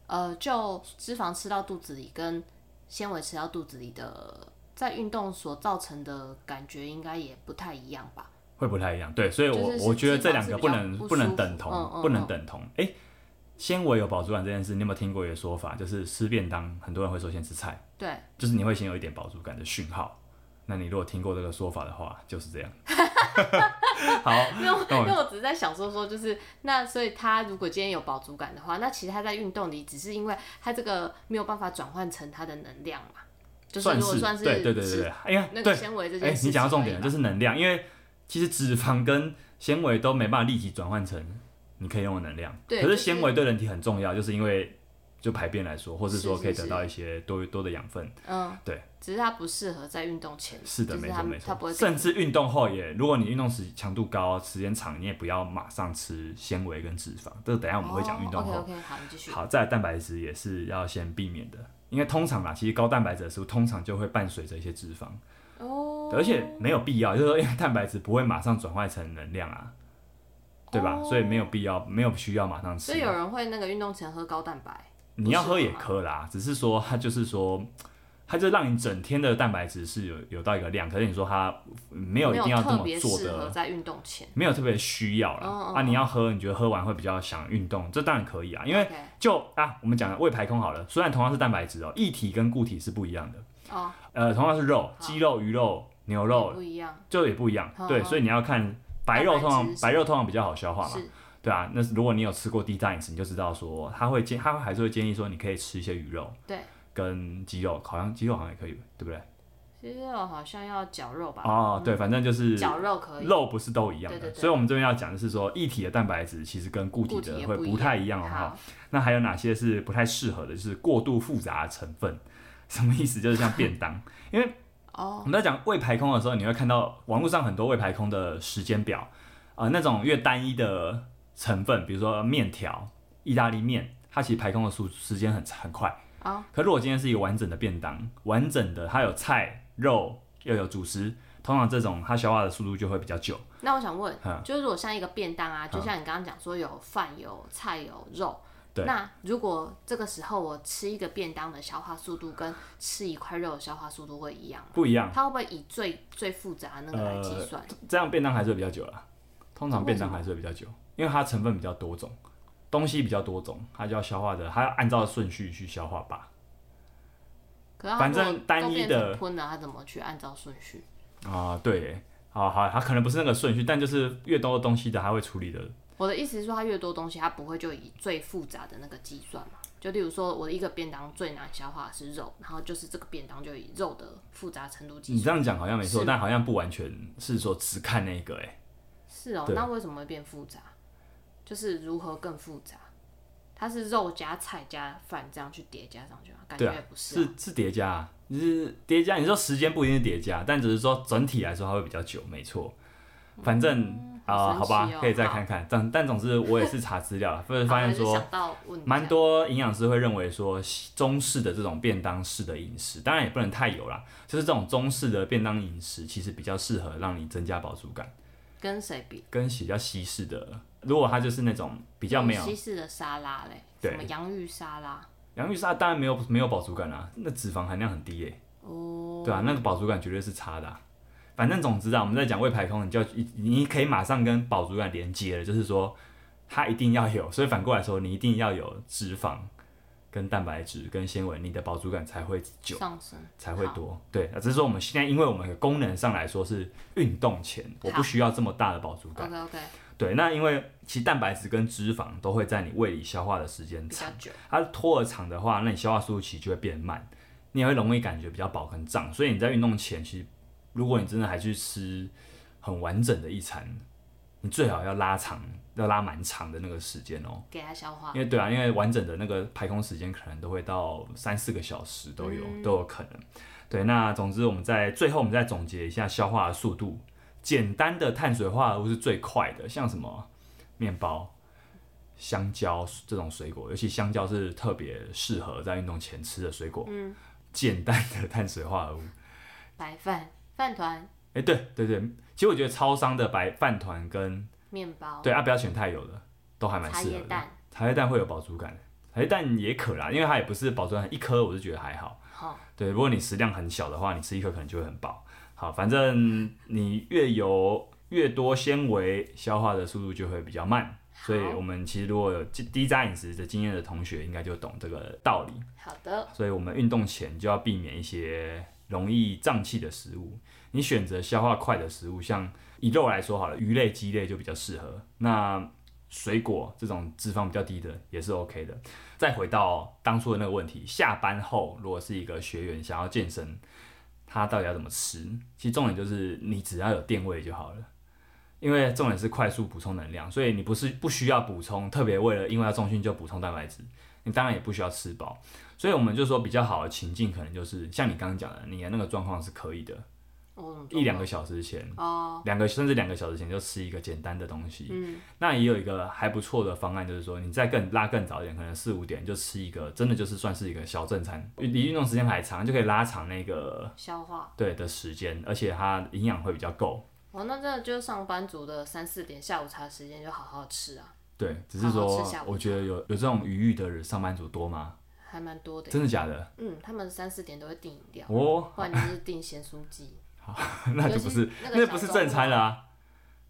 [SPEAKER 2] 呃，就脂肪吃到肚子里跟纤维吃到肚子里的，在运动所造成的感觉应该也不太一样吧？
[SPEAKER 1] 会不太一样。对，所以我
[SPEAKER 2] 就是
[SPEAKER 1] 我觉得
[SPEAKER 2] 脂肪
[SPEAKER 1] 这两
[SPEAKER 2] 是
[SPEAKER 1] 个
[SPEAKER 2] 比
[SPEAKER 1] 不
[SPEAKER 2] 较
[SPEAKER 1] 能
[SPEAKER 2] 不
[SPEAKER 1] 不能
[SPEAKER 2] 舒
[SPEAKER 1] 等
[SPEAKER 2] 服
[SPEAKER 1] 同，
[SPEAKER 2] 嗯嗯
[SPEAKER 1] 不能
[SPEAKER 2] 嗯
[SPEAKER 1] 等同。诶，纤维有饱足感这件事，你有没有听过一个说法，就是吃便当，很多人会说先吃菜。
[SPEAKER 2] 对，
[SPEAKER 1] 就是你会先有一点饱足感的讯号。那你如果听过这个说法的话，就是这样。 <laughs>
[SPEAKER 2] <laughs>
[SPEAKER 1] 好，<laughs>
[SPEAKER 2] 因为我
[SPEAKER 1] 那我
[SPEAKER 2] 因为我只是在想说说，就是那所以他如果今天有饱足感的话，那其实他在运动里只是因为他这个没有办法转换成他的能量嘛，就是
[SPEAKER 1] 算
[SPEAKER 2] 如果
[SPEAKER 1] 是
[SPEAKER 2] 算是
[SPEAKER 1] 对对对对
[SPEAKER 2] 脂
[SPEAKER 1] 对，哎呀，
[SPEAKER 2] 那
[SPEAKER 1] 对
[SPEAKER 2] 个，纤维这
[SPEAKER 1] 哎、
[SPEAKER 2] 件事情而已吧，
[SPEAKER 1] 你讲到重点了，就是能量，因为其实脂肪跟纤维都没办法立即转换成你可以用的能量。
[SPEAKER 2] 对
[SPEAKER 1] 可
[SPEAKER 2] 就是是
[SPEAKER 1] 纤维对人体很重要，就是因为就排便来说，或是
[SPEAKER 2] 是
[SPEAKER 1] 说
[SPEAKER 2] 是
[SPEAKER 1] 可以得
[SPEAKER 2] 是
[SPEAKER 1] 到一些多多的养分。
[SPEAKER 2] 嗯，
[SPEAKER 1] 对，
[SPEAKER 2] 只是它不适合在运动前，
[SPEAKER 1] 是的，
[SPEAKER 2] 就
[SPEAKER 1] 没
[SPEAKER 2] 是它
[SPEAKER 1] 错没
[SPEAKER 2] 它不
[SPEAKER 1] 错。
[SPEAKER 2] 会
[SPEAKER 1] 甚至运动后也，如果你运动时强度高、时间长，你也不要马上吃纤维跟脂肪。这个等一下我们会讲运动后。
[SPEAKER 2] OK OK，好，哦你继续。
[SPEAKER 1] 好，再来蛋白质也是要先避免的，因为通常啦，其实高蛋白质的食物通常就会伴随着一些脂肪，
[SPEAKER 2] 哦，
[SPEAKER 1] 而且没有必要，就是说因为蛋白质不会马上转换成能量啊，对吧？
[SPEAKER 2] 哦
[SPEAKER 1] 所以没有必要，没有需要马上吃
[SPEAKER 2] 所以。有人会那个运动前喝高蛋白，
[SPEAKER 1] 你要喝
[SPEAKER 2] 不是
[SPEAKER 1] 也
[SPEAKER 2] 吗
[SPEAKER 1] 可啦，只是说它就是说，它就让你整天的蛋白质是有有到一个量，可是你说它嗯没有一定要这
[SPEAKER 2] 特
[SPEAKER 1] 么
[SPEAKER 2] 别
[SPEAKER 1] 做
[SPEAKER 2] 适合
[SPEAKER 1] 的。
[SPEAKER 2] 在运动前，
[SPEAKER 1] 没有特别需要啦，
[SPEAKER 2] 嗯嗯
[SPEAKER 1] 啊，你要喝，你觉得喝完会比较想运动，这当然可以啊，因为
[SPEAKER 2] OK
[SPEAKER 1] 就啊，我们讲的胃排空好了，虽然同样是蛋白质哦，液体跟固体是不一样的。
[SPEAKER 2] 哦，
[SPEAKER 1] 呃，同样是肉，鸡肉、鱼肉、牛
[SPEAKER 2] 也
[SPEAKER 1] 肉
[SPEAKER 2] 不一样，
[SPEAKER 1] 就也不一样，
[SPEAKER 2] 嗯
[SPEAKER 1] 对，
[SPEAKER 2] 嗯
[SPEAKER 1] 所以你要看白肉
[SPEAKER 2] 蛋白
[SPEAKER 1] 通常
[SPEAKER 2] 质是
[SPEAKER 1] 白肉通常比较好消化嘛，
[SPEAKER 2] 是
[SPEAKER 1] 对啊。那如果你有吃过低蛋饮食，你就知道说他会建，他还是会建议说你可以吃一些鱼肉
[SPEAKER 2] 对。
[SPEAKER 1] 跟鸡肉，好像鸡肉好像也可以，对不对？
[SPEAKER 2] 其实我好像要绞肉吧，
[SPEAKER 1] 哦，对，反正就是
[SPEAKER 2] 绞肉可以，
[SPEAKER 1] 肉不是都一样的，
[SPEAKER 2] 对对对
[SPEAKER 1] 所以我们这边要讲的是说，液体的蛋白质其实跟固体
[SPEAKER 2] 固体
[SPEAKER 1] 的
[SPEAKER 2] 也
[SPEAKER 1] 会
[SPEAKER 2] 不一
[SPEAKER 1] 不太一样哦。哈
[SPEAKER 2] 好，
[SPEAKER 1] 那还有哪些是不太适合的？就是过度复杂的成分，什么意思？就是像便当，因为
[SPEAKER 2] 哦
[SPEAKER 1] 我们在讲胃排空的时候，你会看到网络上很多胃排空的时间表，啊、那种越单一的成分，比如说呃面条、意大利面，它其实排空的速时间很很快。
[SPEAKER 2] 哦
[SPEAKER 1] 可如果今天是一个完整的便当，完整的它有菜、肉又有主食，通常这种它消化的速度就会比较久。
[SPEAKER 2] 那我想问
[SPEAKER 1] 嗯，
[SPEAKER 2] 就是如果像一个便当啊，就像你刚刚讲说有饭有菜有肉，
[SPEAKER 1] 对
[SPEAKER 2] 那如果这个时候我吃一个便当的消化速度跟吃一块肉的消化速度会一样吗？
[SPEAKER 1] 不一样，
[SPEAKER 2] 它会不会以最最复杂的那个来计算？
[SPEAKER 1] 这样便当还是会比较久啦。通常
[SPEAKER 2] 为
[SPEAKER 1] 便
[SPEAKER 2] 什
[SPEAKER 1] 当
[SPEAKER 2] 么
[SPEAKER 1] 还是会比较久，因为它成分比较多种，东西比较多种，它就要消化的，它要按照顺序去消化吧。
[SPEAKER 2] 可是它
[SPEAKER 1] 反
[SPEAKER 2] 如果
[SPEAKER 1] 正单
[SPEAKER 2] 都
[SPEAKER 1] 一
[SPEAKER 2] 变
[SPEAKER 1] 的
[SPEAKER 2] 成喷了，它怎么去按照顺序？
[SPEAKER 1] 啊，对耶，好好，它可能不是那个顺序，但就是越多的东西的，它会处理的。
[SPEAKER 2] 我的意思是说，它越多东西，它不会就以最复杂的那个计算嘛？就例如说，我的一个便当最难消化的是肉，然后就是这个便当就以肉的复杂程度计
[SPEAKER 1] 你
[SPEAKER 2] 算。
[SPEAKER 1] 这样讲好像没错
[SPEAKER 2] 是，
[SPEAKER 1] 但好像不完全是说只看那个，哎，
[SPEAKER 2] 是哦，
[SPEAKER 1] 对
[SPEAKER 2] 那为什么会变复杂？就是如何更复杂？它是肉加菜加饭这样去叠加上去吗？感觉
[SPEAKER 1] 对啊
[SPEAKER 2] 也不是啊、
[SPEAKER 1] 是是叠加啊，就是叠加。你说时间不一定是叠加，但只是说整体来说它会比较久，没错。反正啊、
[SPEAKER 2] 嗯好神
[SPEAKER 1] 好吧
[SPEAKER 2] 奇哦，
[SPEAKER 1] 可以再
[SPEAKER 2] 好
[SPEAKER 1] 看看。但但总之我也是查资料
[SPEAKER 2] <laughs>
[SPEAKER 1] 了，发发
[SPEAKER 2] 啊好还
[SPEAKER 1] 现
[SPEAKER 2] 是
[SPEAKER 1] 说
[SPEAKER 2] 想到问一
[SPEAKER 1] 蛮
[SPEAKER 2] 下
[SPEAKER 1] 多营养师会认为说，中式的这种便当式的饮食，当然也不能太油啦，就是这种中式的便当饮食，其实比较适合让你增加饱足感，
[SPEAKER 2] 跟谁比？
[SPEAKER 1] 跟比较西式的，如果它就是那种比较没有
[SPEAKER 2] 西式的沙拉嘞，
[SPEAKER 1] 对
[SPEAKER 2] 什么洋芋沙拉
[SPEAKER 1] 洋芋沙，当然没有没有饱足感啦、那脂肪含量很低耶、
[SPEAKER 2] 哦，
[SPEAKER 1] 对啊，那个饱足感绝对是差的啊、反正总之啊，我们在讲胃排空，你就要你你可以马上跟饱足感连接了，就是说它一定要有，所以反过来说，你一定要有脂肪、跟蛋白质、跟纤维，你的饱足感才会久。
[SPEAKER 2] 上升
[SPEAKER 1] 才会
[SPEAKER 2] 好
[SPEAKER 1] 多。对，啊只是说我们现在因为我们的功能上来说是运动前，我不
[SPEAKER 2] 好
[SPEAKER 1] 需要这么大的饱足感。
[SPEAKER 2] OK OK，
[SPEAKER 1] 对，那因为其实蛋白质跟脂肪都会在你胃里消化的时间
[SPEAKER 2] 比较
[SPEAKER 1] 长，
[SPEAKER 2] 久，
[SPEAKER 1] 它拖得长的话，那你消化速度其实就会变慢。你也会容易感觉比较饱跟胀。所以你在运动前，其实如果你真的还去吃很完整的一餐，你最好要拉长，要拉蛮长的那个时间哦、
[SPEAKER 2] 给它消化。
[SPEAKER 1] 因为对啊，因为完整的那个排空时间可能都会到三四个小时都有、
[SPEAKER 2] 嗯
[SPEAKER 1] 都有可能。对，那总之我们在最后我们再总结一下消化的速度，简单的碳水化合物是最快的，像什么面包、香蕉这种水果，尤其香蕉是特别适合在运动前吃的水果。嗯，简单的碳水化合物，
[SPEAKER 2] 白饭、饭团、
[SPEAKER 1] 哎、对对对，其实我觉得超商的白饭团跟
[SPEAKER 2] 面包、
[SPEAKER 1] 对啊，不要选太油的，都还蛮
[SPEAKER 2] 茶
[SPEAKER 1] 适
[SPEAKER 2] 叶
[SPEAKER 1] 合的。
[SPEAKER 2] 蛋，
[SPEAKER 1] 茶叶蛋会有饱足感，茶叶蛋也可啦，因为它也不是饱足感，一颗我是觉得还好。
[SPEAKER 2] 好、
[SPEAKER 1] 对，如果你食量很小的话，你吃一颗可能就会很饱。好，反正你越油越多纤维，消化的速度就会比较慢。所以
[SPEAKER 2] 好
[SPEAKER 1] 我们其实如果有低低渣饮食的经验的同学，应该就懂这个道理。
[SPEAKER 2] 好的，
[SPEAKER 1] 所以我们运动前就要避免一些容易胀气的食物。你选择消化快的食物，像以肉来说好了，鱼类、鸡类就比较适合。那水果这种脂肪比较低的也是 OK 的。再回到当初的那个问题，下班后如果是一个学员想要健身，他到底要怎么吃？其实重点就是你只要有定位就好了。因为重点是快速补充能量，所以你不是不需要补充，特别为了因为要重训就补充蛋白质，你当然也不需要吃饱。所以我们就说比较好的情境，可能就是像你刚刚讲的，你的那个状况是可以的，
[SPEAKER 2] 我怎么做
[SPEAKER 1] 一两个小时前，
[SPEAKER 2] 哦，
[SPEAKER 1] 两个甚至两个小时前就吃一个简单的东西。
[SPEAKER 2] 嗯，
[SPEAKER 1] 那也有一个还不错的方案，就是说你再更拉更早一点，可能四五点就吃一个，真的就是算是一个小正餐，
[SPEAKER 2] 嗯
[SPEAKER 1] 离运动时间还长，就可以拉长那个
[SPEAKER 2] 消化。
[SPEAKER 1] 对的时间，而且它营养会比较够。
[SPEAKER 2] 哦，那真的就是上班族的三四点下午茶时间就好好吃啊，
[SPEAKER 1] 对，只是
[SPEAKER 2] 好好
[SPEAKER 1] 说
[SPEAKER 2] 吃下午茶
[SPEAKER 1] 我觉得有有这种余裕的上班族多吗？
[SPEAKER 2] 还蛮多的。
[SPEAKER 1] 真的假的？
[SPEAKER 2] 嗯，他们三四点都会订饮料，
[SPEAKER 1] 哦，
[SPEAKER 2] 不然就是订咸酥鸡。
[SPEAKER 1] <laughs> 那就不是
[SPEAKER 2] 尤嗯其那个
[SPEAKER 1] 那不是正餐了
[SPEAKER 2] 小
[SPEAKER 1] 啊，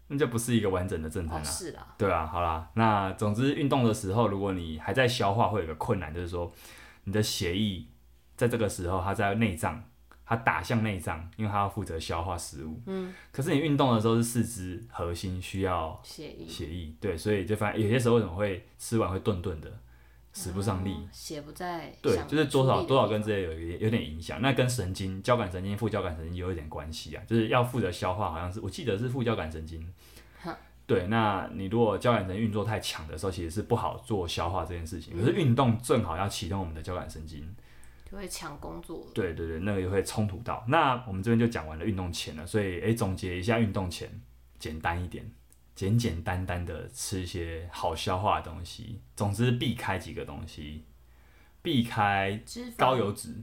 [SPEAKER 1] 那就不是一个完整的正餐
[SPEAKER 2] 哦，
[SPEAKER 1] 了、
[SPEAKER 2] 是啦，
[SPEAKER 1] 对啊，好啦，那总之运动的时候，如果你还在消化，会有一个困难，就是说你的血液在这个时候它在内脏，它打向内脏，因为它要负责消化食物。嗯。可是你运动的时候是四肢核心需要
[SPEAKER 2] 协议
[SPEAKER 1] 血液，对，所以就发现有些时候为什么会吃完会顿顿的，使不上力。
[SPEAKER 2] 血嗯不在
[SPEAKER 1] 对，
[SPEAKER 2] 想
[SPEAKER 1] 就是多
[SPEAKER 2] 处
[SPEAKER 1] 少
[SPEAKER 2] 理的
[SPEAKER 1] 多少
[SPEAKER 2] 地
[SPEAKER 1] 跟
[SPEAKER 2] 方
[SPEAKER 1] 这些有一点有点影响，那跟神经、交感神经、副交感神经有一点关系啊，就是要负责消化，好像是我记得是副交感神经
[SPEAKER 2] 哼。
[SPEAKER 1] 对，那你如果交感神经运作太强的时候，其实是不好做消化这件事
[SPEAKER 2] 嗯
[SPEAKER 1] 情。可是运动正好要启动我们的交感神经，
[SPEAKER 2] 就会抢工作了。
[SPEAKER 1] 对对对，那个也会冲突到。那我们这边就讲完了运动前了，所以诶，总结一下运动前，简单一点，简简单单的吃一些好消化的东西，总之避开几个东西，避开
[SPEAKER 2] 脂肪
[SPEAKER 1] 高油脂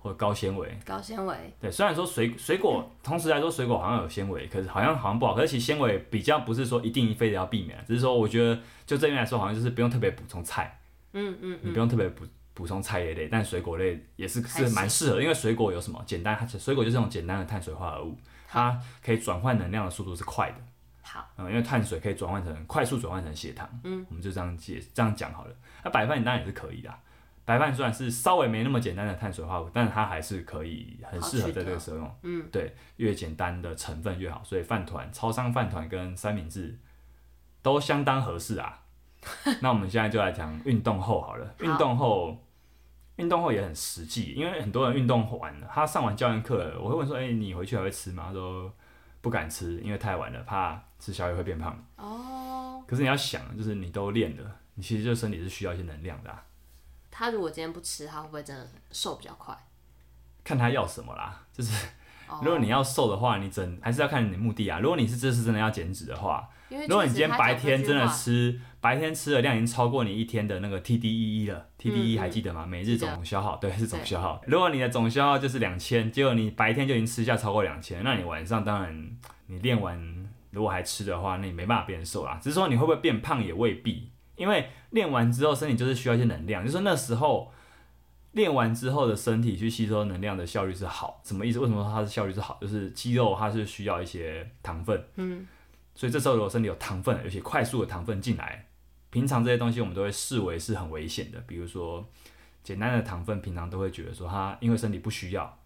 [SPEAKER 1] 或者高纤维。
[SPEAKER 2] 高纤维，
[SPEAKER 1] 对，虽然说水水果，同时来说水果好像有纤维，可是好像好像不好。可是其实纤维比较不是说一定非得要避免，只是说我觉得就这边来说，好像就是不用特别补充菜，
[SPEAKER 2] 嗯嗯
[SPEAKER 1] 你不用特别补补充菜叶类，但水果类也是
[SPEAKER 2] 还
[SPEAKER 1] 是
[SPEAKER 2] 行
[SPEAKER 1] 蛮适合的，因为水果有什么简单，它水果就是那种简单的碳水化合物，它可以转换能量的速度是快的。
[SPEAKER 2] 好，
[SPEAKER 1] 嗯，因为碳水可以转换成快速转换成血糖，嗯，我们就这样解这样讲好了。那白饭当然也是可以的，啊白饭虽然是稍微没那么简单的碳水化合物，但是它还是可以很适合在这个时候用，嗯，对，越简单的成分越好，所以饭团、超商饭团跟三明治都相当合适
[SPEAKER 2] <laughs>
[SPEAKER 1] 啊。那我们现在就来讲运动后好了，
[SPEAKER 2] 好
[SPEAKER 1] 运动后。运动后也很实际，因为很多人运动完了，他上完教练课了，我会问说：“哎、你回去还会吃吗？”他说：“不敢吃，因为太晚了，怕吃宵夜会变胖。
[SPEAKER 2] 哦，
[SPEAKER 1] 可是你要想，就是你都练了，你其实就身体是需要一些能量的、啊，
[SPEAKER 2] 他如果今天不吃，他会不会真的瘦比较快？
[SPEAKER 1] 看他要什么啦。就是
[SPEAKER 2] 哦
[SPEAKER 1] 如果你要瘦的话，你整还是要看你的目的啊。如果你是这次真的要减脂的话，
[SPEAKER 2] 因为
[SPEAKER 1] 如果
[SPEAKER 2] 其
[SPEAKER 1] 你
[SPEAKER 2] 实
[SPEAKER 1] 今天
[SPEAKER 2] 他
[SPEAKER 1] 白
[SPEAKER 2] 讲这
[SPEAKER 1] 天
[SPEAKER 2] 句
[SPEAKER 1] 真的
[SPEAKER 2] 话
[SPEAKER 1] 吃，白天吃的量已经超过你一天的那个 TDEE E 了，TDEE
[SPEAKER 2] 嗯
[SPEAKER 1] 还记得吗？每日
[SPEAKER 2] 记得
[SPEAKER 1] 总消耗，对，是总
[SPEAKER 2] 对
[SPEAKER 1] 消耗。如果你的总消耗就是两千，结果你白天就已经吃下超过两千，那你晚上当然你练完如果还吃的话，那你没办法变瘦啦。只是说你会不会变胖也未必，因为练完之后身体就是需要一些能量，就是那时候。练完之后的身体去吸收能量的效率是好，什么意思？为什么说它的效率是好？就是肌肉它是需要一些糖分，
[SPEAKER 2] 嗯，
[SPEAKER 1] 所以这时候如果身体有糖分，而且快速的糖分进来，平常这些东西我们都会视为是很危险的，比如说简单的糖分，平常都会觉得说它因为身体不需要。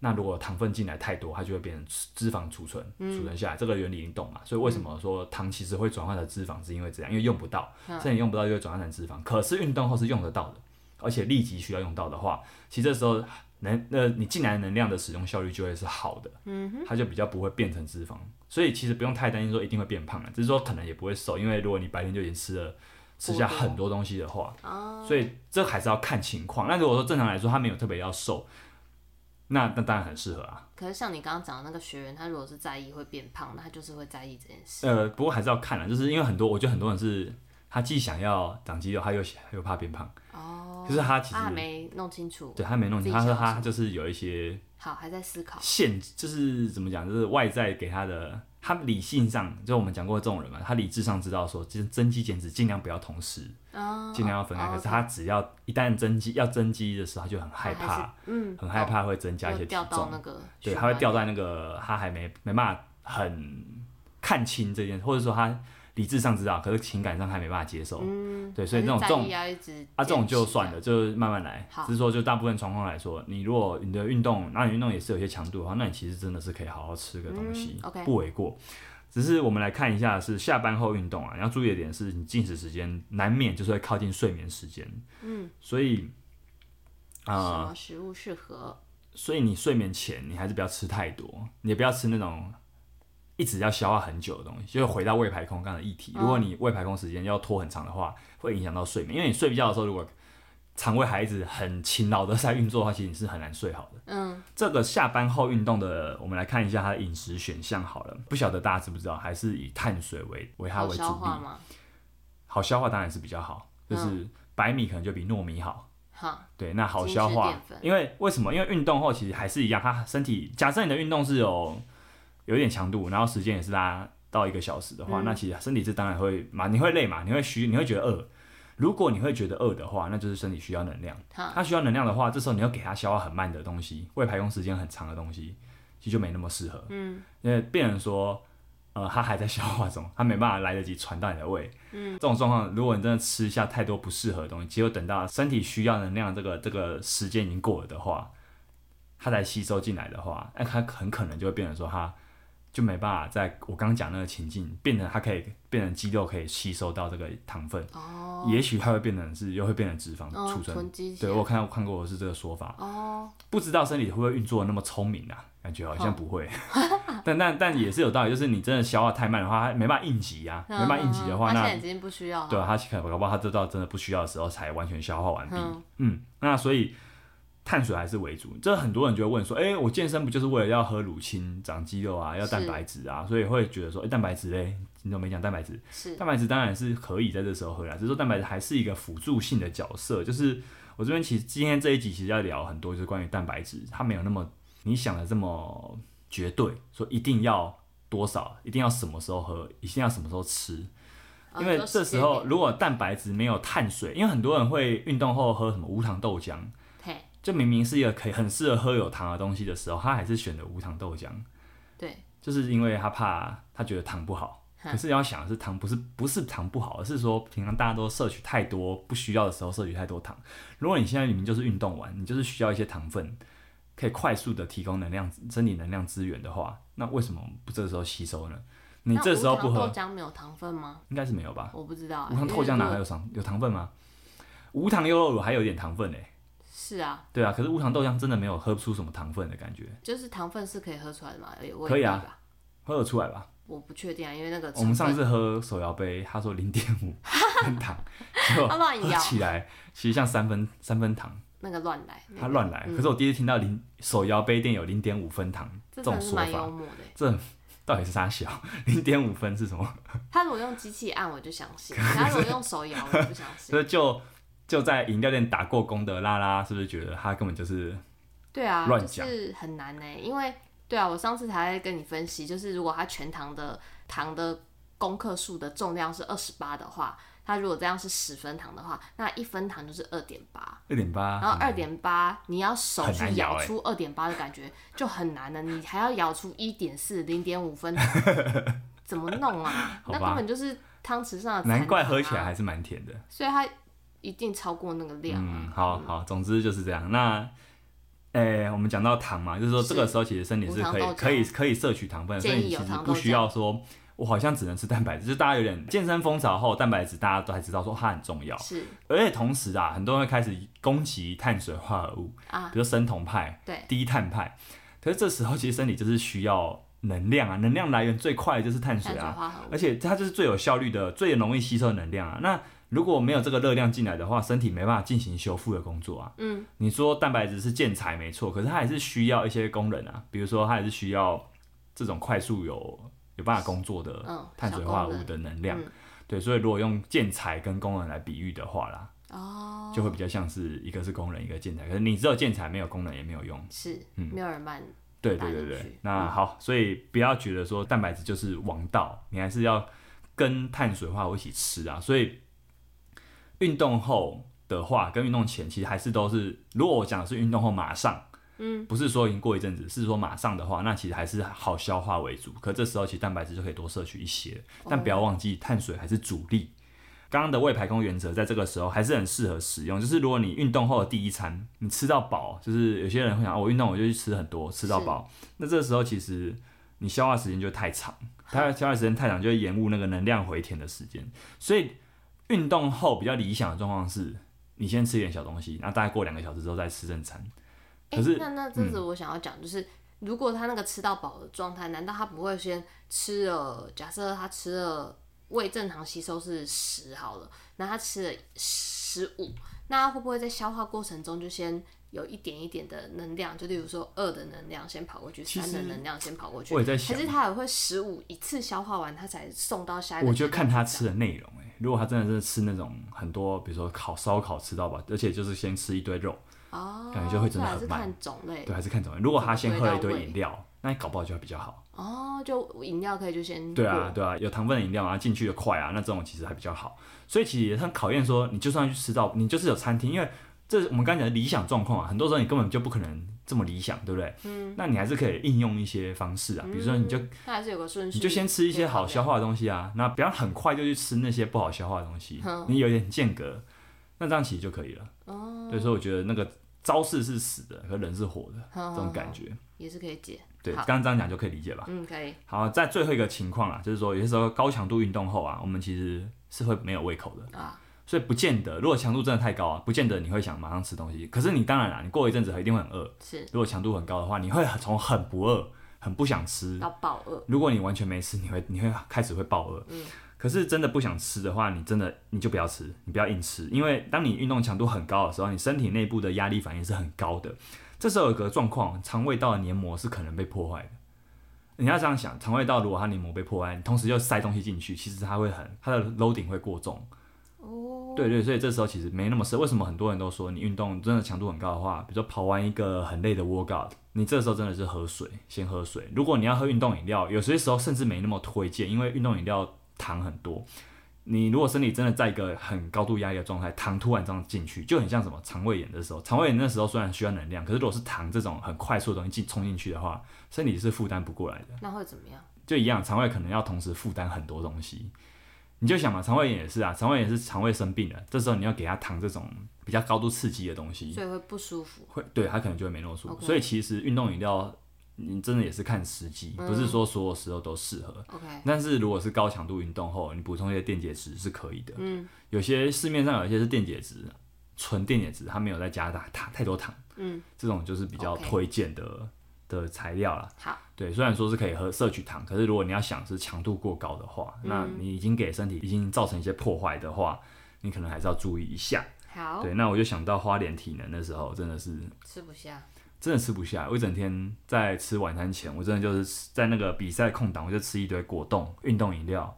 [SPEAKER 1] 那如果糖分进来太多，它就会变成脂肪储存，储存下来，这个原理你懂嘛？所以为什么说糖其实会转换成脂肪，是因为这样，因为用不到，
[SPEAKER 2] 嗯
[SPEAKER 1] 身体用不到就会转换成脂肪。可是运动后是用得到的，而且立即需要用到的话，其实这时候能呃你进来的能量的使用效率就会是好的，嗯哼，它就比较不会变成脂肪，所以其实不用太担心说一定会变胖了，只是说可能也不会瘦，因为如果你白天就已经吃了吃下很多东西的话，
[SPEAKER 2] 哦嗯
[SPEAKER 1] 所以这还是要看情况。那如果说正常来说他没有特别要瘦，那那当然很适合啊。
[SPEAKER 2] 可是像你刚刚讲的那个学员，他如果是在意会变胖，那他就是会在意这件事。
[SPEAKER 1] 呃，不过还是要看啦，就是因为很多我觉得很多人是他既想要长肌肉，他又想又怕变胖，
[SPEAKER 2] 哦，
[SPEAKER 1] 就是他其实
[SPEAKER 2] 他还没弄清楚，
[SPEAKER 1] 对他没弄清，
[SPEAKER 2] 自
[SPEAKER 1] 他
[SPEAKER 2] 己
[SPEAKER 1] 说
[SPEAKER 2] 想要
[SPEAKER 1] 他就是有一些
[SPEAKER 2] 好，还在思考。
[SPEAKER 1] 限制，就是怎么讲，就是外在给他的，他理性上，就我们讲过这种人嘛，他理智上知道说，其实增肌减脂尽量不要同时，
[SPEAKER 2] 哦
[SPEAKER 1] 尽量要分开。
[SPEAKER 2] 哦
[SPEAKER 1] 可是
[SPEAKER 2] 对
[SPEAKER 1] 他只要一旦增肌，要增肌的时候，他就很害
[SPEAKER 2] 他还是
[SPEAKER 1] 怕，
[SPEAKER 2] 嗯，
[SPEAKER 1] 很害怕会增加一
[SPEAKER 2] 会
[SPEAKER 1] 些体
[SPEAKER 2] 掉到
[SPEAKER 1] 重
[SPEAKER 2] 那，个
[SPEAKER 1] 对，
[SPEAKER 2] 循
[SPEAKER 1] 他会
[SPEAKER 2] 环
[SPEAKER 1] 掉在那个他还没没办法很看清这件事，或者说他理智上知道，可是情感上还没办法接受。
[SPEAKER 2] 嗯，
[SPEAKER 1] 对，所以
[SPEAKER 2] 还
[SPEAKER 1] 这
[SPEAKER 2] 是
[SPEAKER 1] 种
[SPEAKER 2] 在
[SPEAKER 1] 这种
[SPEAKER 2] 意要一直
[SPEAKER 1] 啊，这种就
[SPEAKER 2] 坚持
[SPEAKER 1] 算了，就慢慢来
[SPEAKER 2] 好。
[SPEAKER 1] 只是说，就大部分状况来说，你如果你的运动，那你运动也是有一些强度的话，那你其实真的是可以好好吃个东西，
[SPEAKER 2] 嗯，OK
[SPEAKER 1] 不为过。只是我们来看一下，是下班后运动啊，你要注意的点是你进食时间难免就是会靠近睡眠时间，嗯，所以
[SPEAKER 2] 这样。什
[SPEAKER 1] 啊、
[SPEAKER 2] 么食物适合？
[SPEAKER 1] 所以你睡眠前你还是不要吃太多，你也不要吃那种一直要消化很久的东西，就是回到胃排空刚刚的议题。
[SPEAKER 2] 嗯
[SPEAKER 1] 如果你胃排空时间要拖很长的话，会影响到睡眠，因为你睡觉的时候如果肠胃还一直很勤劳的在运作的话，其实你是很难睡好的。
[SPEAKER 2] 嗯，
[SPEAKER 1] 这个下班后运动的，我们来看一下它的饮食选项好了。不晓得大家知不知道，还是以碳水为为它
[SPEAKER 2] 好
[SPEAKER 1] 为主
[SPEAKER 2] 消
[SPEAKER 1] 力，
[SPEAKER 2] 化吗？
[SPEAKER 1] 好消化当然是比较好，就是白米可能就比糯米好。
[SPEAKER 2] 哈，
[SPEAKER 1] 对，那好
[SPEAKER 2] 精
[SPEAKER 1] 消
[SPEAKER 2] 致
[SPEAKER 1] 化
[SPEAKER 2] 淀粉，
[SPEAKER 1] 因为为什么？因为运动后其实还是一样，它身体假设你的运动是有有一点强度，然后时间也是拉到一个小时的话，
[SPEAKER 2] 嗯
[SPEAKER 1] 那其实身体是当然会嘛，你会累嘛，你会虚，你会觉得饿。如果你会觉得饿的话，那就是身体需要能量。
[SPEAKER 2] 哈，
[SPEAKER 1] 它需要能量的话，这时候你要给它消化很慢的东西，胃排空时间很长的东西，其实就没那么适合。
[SPEAKER 2] 嗯，
[SPEAKER 1] 因为病人说，呃，他还在消化中，他没办法来得及传到你的胃。嗯，这种状况，如果你真的吃下太多不适合的东西，结果等到身体需要能量这个这个时间已经过了的话，它才吸收进来的话，那它很可能就会变成说它。就没办法在我刚刚讲那个情境，变成它可以变成肌肉可以吸收到这个糖分，
[SPEAKER 2] 哦，
[SPEAKER 1] 也许它会变成是又会变成脂肪
[SPEAKER 2] 哦
[SPEAKER 1] 储存。
[SPEAKER 2] 囤积起
[SPEAKER 1] 对
[SPEAKER 2] 来
[SPEAKER 1] 我有看到看过的是这个说法，
[SPEAKER 2] 哦，
[SPEAKER 1] 不知道身体会不会运作得那么聪明啊？感觉好像不会，
[SPEAKER 2] 哦
[SPEAKER 1] <laughs> 但但但也是有道理，就是你真的消化太慢的话，它没办法应急啊，没办法应急的话，
[SPEAKER 2] 嗯嗯嗯他
[SPEAKER 1] 那
[SPEAKER 2] 现在已经不需要了
[SPEAKER 1] 对啊，它可能搞不好它这到真的不需要的时候才完全消化完毕。
[SPEAKER 2] 嗯
[SPEAKER 1] 嗯，那所以碳水还是为主。这很多人就会问说，哎、我健身不就是为了要喝乳清、长肌肉啊，要
[SPEAKER 2] 是
[SPEAKER 1] 蛋白质啊？所以会觉得说，哎、蛋白质嘞，你怎么没讲蛋白质？
[SPEAKER 2] 是
[SPEAKER 1] 蛋白质当然是可以在这时候喝啦，只是说蛋白质还是一个辅助性的角色。就是我这边其实今天这一集其实要聊很多，就是关于蛋白质，它没有那么你想的这么绝对，说一定要多少，一定要什么时候喝，一定要什么时候吃。
[SPEAKER 2] 哦
[SPEAKER 1] 因为
[SPEAKER 2] 就
[SPEAKER 1] 这
[SPEAKER 2] 时
[SPEAKER 1] 时
[SPEAKER 2] 间
[SPEAKER 1] 候
[SPEAKER 2] 点
[SPEAKER 1] 如果蛋白质没有碳水，因为很多人会运动后喝什么无糖豆浆，
[SPEAKER 2] 嘿，
[SPEAKER 1] 就明明是一个可以很适合喝有糖的东西的时候，他还是选择无糖豆浆。
[SPEAKER 2] 对，
[SPEAKER 1] 就是因为他怕他觉得糖不好。
[SPEAKER 2] 嗯
[SPEAKER 1] 可是要想的是糖不是不是糖不好，而是说平常大家都摄取太多，不需要的时候摄取太多糖。如果你现在明明就是运动完，你就是需要一些糖分，可以快速的提供能量身体能量资源的话，那为什么不这时候吸收呢？你
[SPEAKER 2] 那
[SPEAKER 1] 这
[SPEAKER 2] 无
[SPEAKER 1] 时候
[SPEAKER 2] 糖
[SPEAKER 1] 不喝
[SPEAKER 2] 豆，浆没有糖分吗？
[SPEAKER 1] 应该是没有吧？
[SPEAKER 2] 我不知道啊，
[SPEAKER 1] 无糖
[SPEAKER 2] 因
[SPEAKER 1] 豆
[SPEAKER 2] 为
[SPEAKER 1] 浆
[SPEAKER 2] 如
[SPEAKER 1] 哪
[SPEAKER 2] 果
[SPEAKER 1] 有糖有糖分吗？无糖优酪乳还有一点糖分嘞、
[SPEAKER 2] 是啊，
[SPEAKER 1] 对啊，可是无糖豆浆真的没有喝不出什么糖分的感觉，
[SPEAKER 2] 就是糖分是可以喝出来的嘛，也未
[SPEAKER 1] 可以
[SPEAKER 2] 必
[SPEAKER 1] 啊
[SPEAKER 2] 吧，
[SPEAKER 1] 喝得出来吧？
[SPEAKER 2] 我不确定啊，因为那个
[SPEAKER 1] 我们
[SPEAKER 2] 成
[SPEAKER 1] 上
[SPEAKER 2] 分
[SPEAKER 1] 次喝手摇杯，他说零点五
[SPEAKER 2] <laughs>
[SPEAKER 1] 分糖，
[SPEAKER 2] 他乱
[SPEAKER 1] 喝 <laughs>
[SPEAKER 2] 摇，
[SPEAKER 1] 起来其实像三分三分糖，
[SPEAKER 2] 那个乱来，
[SPEAKER 1] 他乱来。
[SPEAKER 2] 嗯
[SPEAKER 1] 可是我第一次听到零手摇杯店有零点五分糖
[SPEAKER 2] 这真
[SPEAKER 1] 种
[SPEAKER 2] 的是
[SPEAKER 1] 说
[SPEAKER 2] 蛮幽
[SPEAKER 1] 法，
[SPEAKER 2] 默的欸。
[SPEAKER 1] 这到底是啥小？零点五分是什么？
[SPEAKER 2] 他如果用机器按，我就相
[SPEAKER 1] <laughs>
[SPEAKER 2] 信；他如果用手摇，我就不相信。
[SPEAKER 1] 所以就就在饮料店打过工的拉拉，是不是觉得他根本就是
[SPEAKER 2] 对啊，
[SPEAKER 1] 乱
[SPEAKER 2] 就
[SPEAKER 1] 讲
[SPEAKER 2] 是很难呢、欸因为对啊，我上次才在跟你分析，就是如果他全糖的糖的公克数的重量是二十八的话，他如果这样是十分糖的话，那一分糖就是二点八。
[SPEAKER 1] 二点八？
[SPEAKER 2] 然后二点八，你要手
[SPEAKER 1] 很
[SPEAKER 2] 去
[SPEAKER 1] 难咬
[SPEAKER 2] 咬
[SPEAKER 1] 欸
[SPEAKER 2] 出二点八的感觉就很难了，你还要咬出一点四、零点五分，
[SPEAKER 1] <laughs>
[SPEAKER 2] 怎么弄啊？
[SPEAKER 1] 好
[SPEAKER 2] 那
[SPEAKER 1] 吧
[SPEAKER 2] 根本就是汤匙上的残
[SPEAKER 1] 难怪
[SPEAKER 2] 糖
[SPEAKER 1] 喝起来
[SPEAKER 2] 啊
[SPEAKER 1] 还是蛮甜的。
[SPEAKER 2] 所以它一定超过那个量
[SPEAKER 1] 嗯，
[SPEAKER 2] 啊。
[SPEAKER 1] 好好，总之就是这样。那，诶、我们讲到糖嘛，就是说
[SPEAKER 2] 是
[SPEAKER 1] 这个时候其实身体是可
[SPEAKER 2] 无
[SPEAKER 1] 以
[SPEAKER 2] 糖豆浆
[SPEAKER 1] 可以可以摄取糖分的，所以
[SPEAKER 2] 建
[SPEAKER 1] 你
[SPEAKER 2] 议有
[SPEAKER 1] 其实
[SPEAKER 2] 糖豆
[SPEAKER 1] 不
[SPEAKER 2] 浆
[SPEAKER 1] 需要说我好像只能吃蛋白质， <laughs> 就是大家有点健身风潮后，蛋白质大家都还知道说它很重要，
[SPEAKER 2] 是
[SPEAKER 1] 而且同时啊，很多人会开始攻击碳水化合物，
[SPEAKER 2] 啊，
[SPEAKER 1] 比如生酮派、
[SPEAKER 2] 对
[SPEAKER 1] 低碳派。可是这时候其实身体就是需要能量啊，能量来源最快的就是碳
[SPEAKER 2] 碳
[SPEAKER 1] 水
[SPEAKER 2] 水
[SPEAKER 1] 啊，
[SPEAKER 2] 化合物
[SPEAKER 1] 而且它就是最有效率的、最容易吸收的能量啊。那如果没有这个热量进来的话，身体没办法进行修复的工作啊。
[SPEAKER 2] 嗯，
[SPEAKER 1] 你说蛋白质是建材没错，可是它还是需要一些功能啊，比如说它还是需要这种快速有有办法工作
[SPEAKER 2] 嗯
[SPEAKER 1] 的碳水化合
[SPEAKER 2] 小
[SPEAKER 1] 物
[SPEAKER 2] 功
[SPEAKER 1] 的能量。
[SPEAKER 2] 嗯
[SPEAKER 1] 对，所以如果用建材跟功能来比喻的话啦，
[SPEAKER 2] 哦，
[SPEAKER 1] 就会比较像是一个是功能，一个建材。可是你只有建材没有功能也没有用。
[SPEAKER 2] 是
[SPEAKER 1] 嗯
[SPEAKER 2] 没有人办
[SPEAKER 1] 对
[SPEAKER 2] 打
[SPEAKER 1] 对对
[SPEAKER 2] 进
[SPEAKER 1] 对
[SPEAKER 2] 去，
[SPEAKER 1] 那
[SPEAKER 2] 嗯
[SPEAKER 1] 好，所以不要觉得说蛋白质就是王道，你还是要跟碳水化合物一起吃啊。所以运动后的话，跟运动前其实还是都是，如果我讲的是运动后马上，嗯，不是说已经过一阵子，是说马上的话，那其实还是好消化为主。可这时候其实蛋白质就可以多摄取一些，但不要
[SPEAKER 2] 哦
[SPEAKER 1] 忘记碳水还是主力。刚刚的胃排空原则在这个时候还是很适合使用，就是如果你运动后的第一餐你吃到饱，就是有些人会想，哦、我运动我就去吃很多，吃到饱，那这时候其实你消化时间就太长，它消化时间太长就会延误那个能量回填的时间，所以运动后比较理想的状况是，你先吃一点小东西，那大概过两个小时之后再吃正餐。
[SPEAKER 2] 哎、
[SPEAKER 1] 可是嗯
[SPEAKER 2] 那那这是我想要讲，就是、如果他那个吃到饱的状态，难道他不会先吃了？假设他吃了胃正常吸收是十好了，那他吃了十五，那他会不会在消化过程中就先有一点一点的能量？就例如说二的能量先跑过去，
[SPEAKER 1] 其
[SPEAKER 2] 三
[SPEAKER 1] 实
[SPEAKER 2] 的能量先跑过去，
[SPEAKER 1] 我也在
[SPEAKER 2] 还
[SPEAKER 1] 想
[SPEAKER 2] 是，他也会十五一次消化完，他才送到下一个？
[SPEAKER 1] 我就看他吃。的内容、欸。如果他真的是吃那种很多，比如说烤烧烤吃到饱，而且就是先吃一堆肉，
[SPEAKER 2] 哦，
[SPEAKER 1] 感觉就会真的
[SPEAKER 2] 这还
[SPEAKER 1] 很
[SPEAKER 2] 是
[SPEAKER 1] 慢
[SPEAKER 2] 看种类
[SPEAKER 1] 对，还是看怎么样。如果他先喝了一
[SPEAKER 2] 对
[SPEAKER 1] 堆
[SPEAKER 2] 到位
[SPEAKER 1] 饮料，那搞不好就会比较好。
[SPEAKER 2] 哦，就饮料可以就先
[SPEAKER 1] 对啊，
[SPEAKER 2] 过，
[SPEAKER 1] 对啊，有糖分的饮料啊，进去的快啊，那这种其实还比较好。所以其实很考验说，你就算去吃到，你就是有餐厅，因为这我们刚才讲的理想状况啊，很多时候你根本就不可能这么理想，对不对？嗯。那你还是可以应用一些方式啊，比如说你就、
[SPEAKER 2] 那还是有个顺序，
[SPEAKER 1] 你就先吃一些好消
[SPEAKER 2] 化。
[SPEAKER 1] 化的东西啊，那不要很快就去吃那些不好消化的东西，你有点间隔，那这样其实就可以了。哦。对，所以我觉得那个招式是死的，可人是活的，
[SPEAKER 2] 哼
[SPEAKER 1] 这种感觉。
[SPEAKER 2] 也是可以解。
[SPEAKER 1] 对，
[SPEAKER 2] 哦好
[SPEAKER 1] 刚刚这样讲就可以理解吧。
[SPEAKER 2] 嗯，可以。
[SPEAKER 1] 好，在最后一个情况啊，就是说有些时候高强度运动后啊，我们其实是会没有胃口的
[SPEAKER 2] 啊，
[SPEAKER 1] 所以不见得，如果强度真的太高啊，不见得你会想马上吃东西。可是你当然啦，你过一阵子一定会很饿。
[SPEAKER 2] 是
[SPEAKER 1] 如果强度很高的话，你会从很不饿、很不想吃，
[SPEAKER 2] 到爆饿，
[SPEAKER 1] 如果你完全没吃，你会你会开始会暴饿。可是真的不想吃的话，你真的你就不要吃，你不要硬吃，因为当你运动强度很高的时候，你身体内部的压力反应是很高的。这时候有个状况，肠胃道的黏膜是可能被破坏的。你要这样想，肠胃道如果它黏膜被破坏，你同时又塞东西进去，其实它会很它的 loading 会过重。哦，对对，所以这时候其实没那么适。为什么很多人都说你运动真的强度很高的话，比如说跑完一个很累的 workout，你这时候真的是喝水，先喝水。如果你要喝运动饮料，有些时候甚至没那么推荐，因为运动饮料糖很多。你如果身体真的在一个很高度压力的状态，糖突然这样进去，就很像什么肠胃炎的时候。肠胃炎那时候虽然需要能量，可是如果是糖这种很快速的东西进冲进去的话，身体是负担不过来的。
[SPEAKER 2] 那会怎么样？
[SPEAKER 1] 就一样，肠胃可能要同时负担很多东西。你就想嘛，肠胃炎也是啊，肠胃炎是肠胃生病了，这时候你要给它糖这种比较高度刺激的东西，
[SPEAKER 2] 所以会不舒服。
[SPEAKER 1] 会对它可能就会没那么舒服。
[SPEAKER 2] OK
[SPEAKER 1] 所以其实运动饮料，你真的也是看时机，
[SPEAKER 2] 嗯
[SPEAKER 1] 不是说所有时候都适合。
[SPEAKER 2] OK，
[SPEAKER 1] 但是如果是高强度运动后，你补充一些电解质是可以的。嗯，有些市面上有一些是电解质，纯电解质，它没有再加大糖太多糖。
[SPEAKER 2] 嗯，
[SPEAKER 1] 这种就是比较
[SPEAKER 2] OK
[SPEAKER 1] 推荐的的材料啦。
[SPEAKER 2] 好，
[SPEAKER 1] 对，虽然说是可以喝摄取糖，可是如果你要想是强度过高的话，那
[SPEAKER 2] 嗯
[SPEAKER 1] 你已经给身体已经造成一些破坏的话，你可能还是要注意一下。
[SPEAKER 2] 好，
[SPEAKER 1] 对，那我就想到花莲体能的时候，真的是
[SPEAKER 2] 吃不下。
[SPEAKER 1] 真的吃不下，我一整天在吃晚餐前，我真的就是吃在那个比赛空档，我就吃一堆果冻、运动饮料、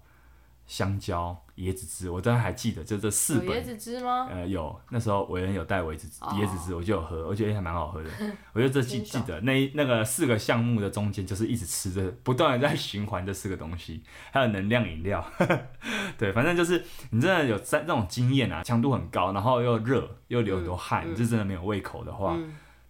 [SPEAKER 1] 香蕉、椰子汁，我真的还记得，就这四
[SPEAKER 2] 有
[SPEAKER 1] 本
[SPEAKER 2] 椰子汁吗？
[SPEAKER 1] 呃，有那时候伟人有带我一子
[SPEAKER 2] 哦
[SPEAKER 1] 椰子汁，我就有喝，我觉得还蛮好喝
[SPEAKER 2] <laughs>
[SPEAKER 1] 的。我就这记
[SPEAKER 2] 真
[SPEAKER 1] 记
[SPEAKER 2] 爽
[SPEAKER 1] 得那一那个四个项目的中间，就是一直吃着， <laughs> 不断的在循环这四个东西，还有能量饮料。 <laughs> 对，反正就是你真的有在那种经验啊，强度很高，然后又热又流很
[SPEAKER 2] 嗯
[SPEAKER 1] 多汗，你是真的没有胃口的话，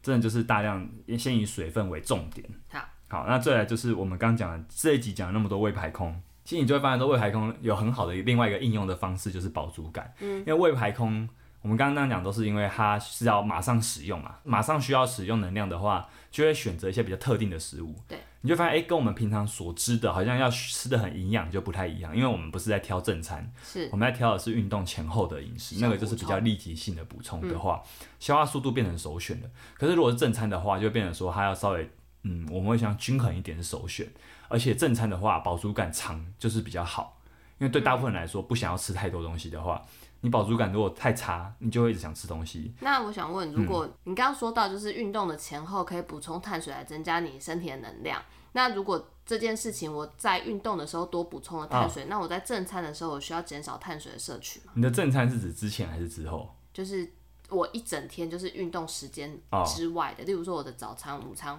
[SPEAKER 1] 真的就是大量先以水分为重点。
[SPEAKER 2] 好，
[SPEAKER 1] 好，那再来就是我们刚讲的这一集讲了那么多胃排空，其实你就会发现说胃排空有很好的另外一个应用的方式就是饱足感，嗯，因为胃排空。我们刚刚那样讲都是因为它是要马上使用嘛，马上需要使用能量的话，就会选择一些比较特定的食物。
[SPEAKER 2] 对，
[SPEAKER 1] 你就发现，哎、跟我们平常所知的，好像要吃的很营养就不太一样，因为我们不是在挑正餐，
[SPEAKER 2] 是
[SPEAKER 1] 我们在挑的是运动前后的饮食，
[SPEAKER 2] 小
[SPEAKER 1] 那个就是比
[SPEAKER 2] 补充嗯
[SPEAKER 1] 较立即性的补充的话，消化速度变成首选了。可是如果是正餐的话，就变成说它要稍微，嗯，我们会想均衡一点是首选，而且正餐的话饱足感长就是比较好，因为对大部分人来说，不想要吃太多东西的话，你饱足感如果太差，你就会一直想吃东西。
[SPEAKER 2] 那我想
[SPEAKER 1] 嗯
[SPEAKER 2] 问，如果你刚刚说到就是运动的前后可以补充碳水来增加你身体的能量，那如果这件事情我在运动的时候多补充了碳
[SPEAKER 1] 啊
[SPEAKER 2] 水，那我在正餐的时候我需要减少碳水的摄取吗？
[SPEAKER 1] 你的正餐是指之前还是之后？
[SPEAKER 2] 就是我一整天就是运动时间
[SPEAKER 1] 哦
[SPEAKER 2] 之外的，例如说我的早餐、午餐，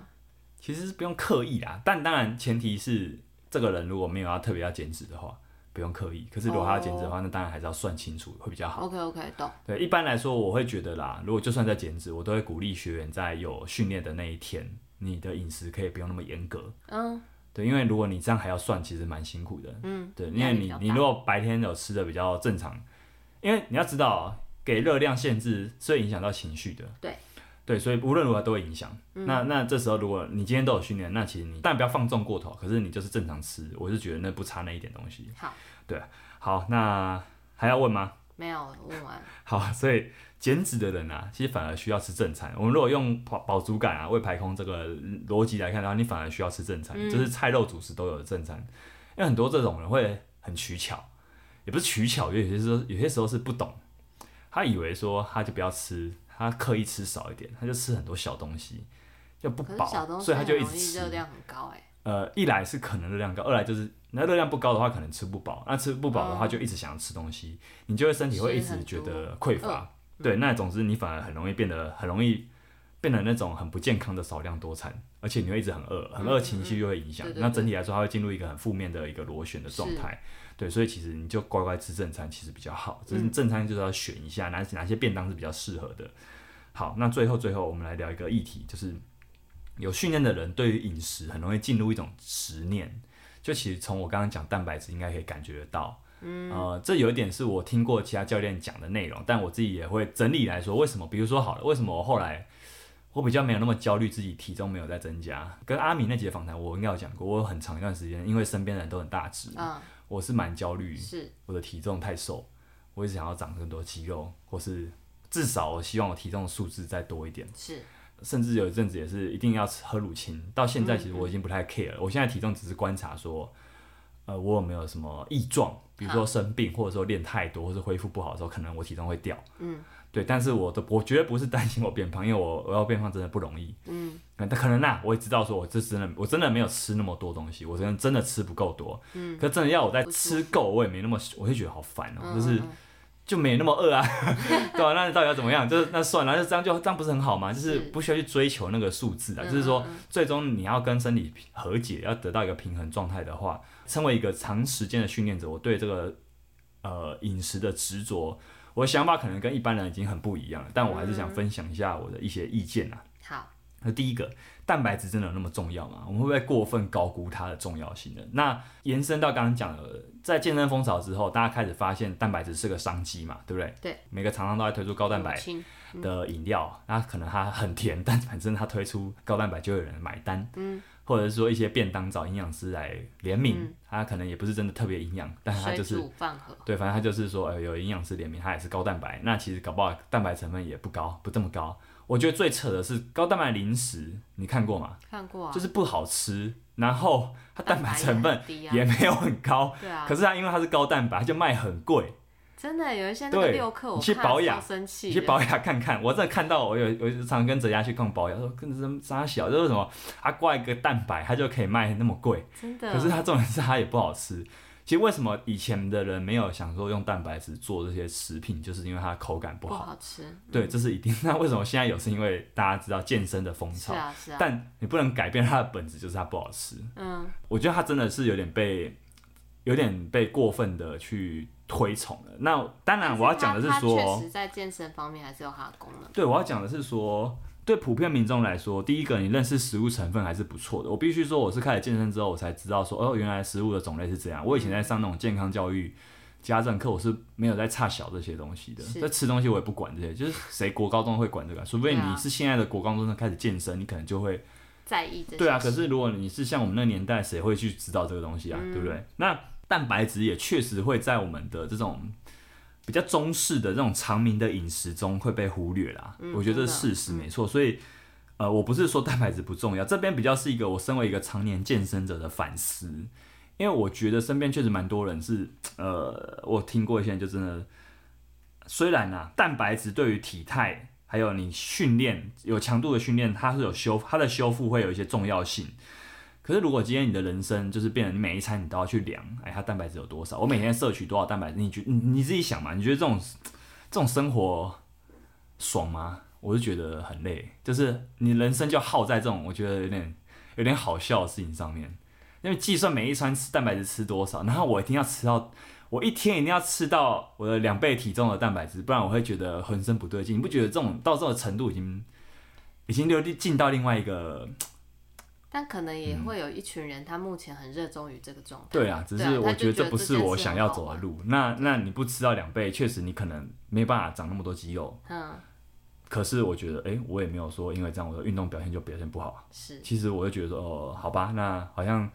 [SPEAKER 1] 其实是不用刻意啦，但当然前提是这个人如果没有要特别要减脂的话，不用刻意。可是如果他要减脂
[SPEAKER 2] 哦
[SPEAKER 1] 的话，那当然还是要算清楚会比较好。
[SPEAKER 2] OK OK，懂。
[SPEAKER 1] 对，一般来说我会觉得啦，如果就算在减脂，我都会鼓励学员在有训练的那一天，你的饮食可以不用那么严格。
[SPEAKER 2] 嗯，
[SPEAKER 1] 对，因为如果你这样还要算，其实蛮辛苦的。
[SPEAKER 2] 嗯，
[SPEAKER 1] 对，因
[SPEAKER 2] 压
[SPEAKER 1] 为
[SPEAKER 2] 力比
[SPEAKER 1] 你
[SPEAKER 2] 较
[SPEAKER 1] 你
[SPEAKER 2] 大
[SPEAKER 1] 如果白天有吃的比较正常，因为你要知道哦、给热量限制是会影响到情绪的。
[SPEAKER 2] 对，嗯
[SPEAKER 1] 对，所以无论如何都会影响。那那这时候如果你今天都有训练，那其实你但不要放纵过头，可是你就是正常吃，我是觉得那不差那一点东西。
[SPEAKER 2] 好，
[SPEAKER 1] 好，那还要问吗？
[SPEAKER 2] 没有问完。
[SPEAKER 1] 好， <laughs> 所以减脂的人啊，其实反而需要吃正餐。我们如果用饱饱足感啊、胃排空这个逻辑来看的话，你反而需要吃正餐，
[SPEAKER 2] 嗯
[SPEAKER 1] 就是菜肉主食都有的正餐。因为很多这种人会很取巧，也不是取巧，有些时候有些时候是不懂，他以为说他就不要吃，他刻意吃少一点，他就吃很多小东西，就不
[SPEAKER 2] 可
[SPEAKER 1] 饱
[SPEAKER 2] 是小东，西
[SPEAKER 1] 所以他
[SPEAKER 2] 很
[SPEAKER 1] 就一
[SPEAKER 2] 容
[SPEAKER 1] 直
[SPEAKER 2] 易
[SPEAKER 1] 吃
[SPEAKER 2] 热。量很高哎、
[SPEAKER 1] 呃，一来是可能热量高，二来就是那热量不高的话，可能吃不饱。那吃不饱的话，就一直想要吃东西，你就会身体会一
[SPEAKER 2] 哦吃
[SPEAKER 1] 直
[SPEAKER 2] 很
[SPEAKER 1] 觉
[SPEAKER 2] 多嗯
[SPEAKER 1] 得匮乏。对，那总之你反而很容易变得很容易变得那种很不健康的少量多餐，而且你会一直很饿，很饿情绪就会影响。
[SPEAKER 2] 嗯对对
[SPEAKER 1] 那
[SPEAKER 2] 对
[SPEAKER 1] 整体来说，它会进入一个很负面的一个螺旋的状
[SPEAKER 2] 是
[SPEAKER 1] 态。对，所以其实你就乖乖吃正餐，其实比较好。只是
[SPEAKER 2] 嗯
[SPEAKER 1] 正餐就是要选一下哪哪些便当是比较适合的。好，那最后最后我们来聊一个议题，就是有训练的人对于饮食很容易进入一种执念。就其实从我刚刚讲蛋白质，应该可以感觉得到。嗯，呃，这有一点是我听过其他教练讲的内容，但我自己也会整理来说，为什么？比如说好了，为什么我后来我比较没有那么焦虑，自己体重没有在增加？跟阿米那节访谈，我应该有讲过，我有很长一段时间因为身边的人都很大只，我是蛮焦虑
[SPEAKER 2] 嗯，，是
[SPEAKER 1] 我的体重太瘦，我一直想要长更多肌肉，或是至少我希望我体重的数字再多一点。
[SPEAKER 2] 是，
[SPEAKER 1] 甚至有一阵子也是一定要吃喝乳清，到现
[SPEAKER 2] 嗯
[SPEAKER 1] 在其实我已经不太 care 了。我现在体重只是观察说，呃，我有没有什么异状，比如说生病，或者说练太多，或者恢复不好的时候，可能我体重会掉。
[SPEAKER 2] 嗯，
[SPEAKER 1] 对，但是我的我绝对不是担心我变胖，因为我我要变胖真的不容易。
[SPEAKER 2] 嗯，
[SPEAKER 1] 但可能啦，我也知道说我这真的我真的没有吃那么多东西，我真的真的吃不够多。嗯，可真的要我再
[SPEAKER 2] 不舒
[SPEAKER 1] 吃够，我也没那么，我会觉得好烦哦、
[SPEAKER 2] 嗯
[SPEAKER 1] 就是。
[SPEAKER 2] 嗯嗯
[SPEAKER 1] 就没那么饿
[SPEAKER 2] <laughs>
[SPEAKER 1] 啊，对吧、那你到底要怎么样？就是那算了，那这样就这样不是很好吗？就是
[SPEAKER 2] 是
[SPEAKER 1] 不需要去追求那个数字啊，
[SPEAKER 2] 嗯
[SPEAKER 1] 就是说
[SPEAKER 2] 嗯嗯
[SPEAKER 1] 最终你要跟身体和解，要得到一个平衡状态的话，身为一个长时间的训练者，我对这个呃饮食的执着，我的想法可能跟一般人已经很不一样了，但我还是
[SPEAKER 2] 嗯
[SPEAKER 1] 想分享一下我的一些意见啊。
[SPEAKER 2] 好，
[SPEAKER 1] 那第一个，蛋白质真的有那么重要吗？我们会不会过分高估它的重要性呢？那延伸到刚刚讲的，在健身风潮之后，大家开始发现蛋白质是个商机嘛，对不对？
[SPEAKER 2] 对，嗯
[SPEAKER 1] 每个厂商都在推出高蛋白 <laughs>
[SPEAKER 2] 乳清
[SPEAKER 1] 的饮料，那可能它很甜， <laughs> 但反正它推出高蛋白就有人买单，
[SPEAKER 2] 嗯，
[SPEAKER 1] 或者是说一些便当找营养师来联名
[SPEAKER 2] 嗯，
[SPEAKER 1] 它可能也不是真的特别营养，但它
[SPEAKER 2] 水
[SPEAKER 1] 就是
[SPEAKER 2] 煮饭盒，
[SPEAKER 1] 对，反正它就是说，呃，有营养师联名，它也是高蛋白。那其实搞不好蛋白成分也不高，不这么高。我觉得最扯的是高蛋白零食，你看过吗？
[SPEAKER 2] 看过啊，
[SPEAKER 1] 就是不好吃，然后它蛋白成分
[SPEAKER 2] 也很低啊
[SPEAKER 1] 也，没有很高，
[SPEAKER 2] 对啊
[SPEAKER 1] 可，是它因为它是高蛋白，它就卖很贵。
[SPEAKER 2] 真的有一些那
[SPEAKER 1] 对
[SPEAKER 2] 个六克，我
[SPEAKER 1] 你去
[SPEAKER 2] 看
[SPEAKER 1] 保
[SPEAKER 2] 了
[SPEAKER 1] 养
[SPEAKER 2] 超生气
[SPEAKER 1] 你
[SPEAKER 2] 的，
[SPEAKER 1] 去保雅看看，我真的看到我有我就常跟哲雅去逛保雅，说跟什么啥小，这为什么它挂一个蛋白，它就可以卖那么贵？
[SPEAKER 2] 真的，
[SPEAKER 1] 可是它重点是它也不好吃。其实为什么以前的人没有想说用蛋白质做这些食品，就是因为它口感不
[SPEAKER 2] 不
[SPEAKER 1] 好。
[SPEAKER 2] 好吃，
[SPEAKER 1] 对，这是一定。 <laughs> 那为什么现在有？是因为大家知道健身的风
[SPEAKER 2] 是
[SPEAKER 1] 潮，
[SPEAKER 2] 啊是啊，
[SPEAKER 1] 但你不能改变它的本质，就是它不好吃。
[SPEAKER 2] 嗯，
[SPEAKER 1] 我觉得它真的是有点被，有点被过分的去推崇了。那当然，我要讲的
[SPEAKER 2] 但它
[SPEAKER 1] 是说，
[SPEAKER 2] 它确实在健身方面还是有它的功能，
[SPEAKER 1] 对，我要讲的是说，对普遍民众来说，第一个你认识食物成分还是不错的。我必须说，我是开始健身之后，我才知道说，哦，原来食物的种类是这样。我以前在上那种健康教育家政课，我是没有在差小这些东西的。
[SPEAKER 2] 是
[SPEAKER 1] 在吃东西我也不管这些，就是谁国高中会管这个啊，除非
[SPEAKER 2] 对
[SPEAKER 1] 你
[SPEAKER 2] 啊
[SPEAKER 1] 是现在的国高中生开始健身，你可能就会
[SPEAKER 2] 在意这些。
[SPEAKER 1] 对啊，可是如果你是像我们那个年代，谁会去知道这个东西啊？对不对？那蛋白质也确实会在我们的这种比较中式的这种常民的饮食中会被忽略啦。
[SPEAKER 2] 嗯
[SPEAKER 1] 我觉得这
[SPEAKER 2] 真的
[SPEAKER 1] 是事实，没错。所以，呃，我不是说蛋白质不重要，这边比较是一个我身为一个常年健身者的反思，因为我觉得身边确实蛮多人是，呃，我听过一些人就真的。虽然啊，蛋白质对于体态还有你训练有强度的训练，它是有修它的修复会有一些重要性。可是如果今天你的人生就是变成你每一餐你都要去量，哎，它蛋白质有多少？我每天摄取多少蛋白质？你觉你你自己想嘛？你觉得这种这种生活爽吗？我是觉得很累，就是你人生就耗在这种我觉得有点有点好笑的事情上面，因为计算每一餐吃蛋白质吃多少，然后我一定要吃到我一天一定要吃到我的两倍体重的蛋白质，不然我会觉得浑身不对劲。你不觉得这种到这种程度已经已经流进到另外一个
[SPEAKER 2] 但可能
[SPEAKER 1] 嗯
[SPEAKER 2] 也会有一群人，他目前很热衷于这个状态。
[SPEAKER 1] 对啊？只
[SPEAKER 2] 对啊
[SPEAKER 1] 是
[SPEAKER 2] 他
[SPEAKER 1] 我
[SPEAKER 2] 就
[SPEAKER 1] 觉得
[SPEAKER 2] 觉
[SPEAKER 1] 这
[SPEAKER 2] 得
[SPEAKER 1] 不
[SPEAKER 2] 这
[SPEAKER 1] 是
[SPEAKER 2] 件
[SPEAKER 1] 我
[SPEAKER 2] 事
[SPEAKER 1] 想
[SPEAKER 2] 很
[SPEAKER 1] 要
[SPEAKER 2] 好
[SPEAKER 1] 走的
[SPEAKER 2] 玩
[SPEAKER 1] 路。那那你不吃到两倍，确实你可能没办法长那么多肌肉。
[SPEAKER 2] 嗯，
[SPEAKER 1] 可是我觉得，诶，我也没有说因为这样我的运动表现就表现不好啊。
[SPEAKER 2] 是
[SPEAKER 1] 其实我就觉得说，哦，好吧，那好像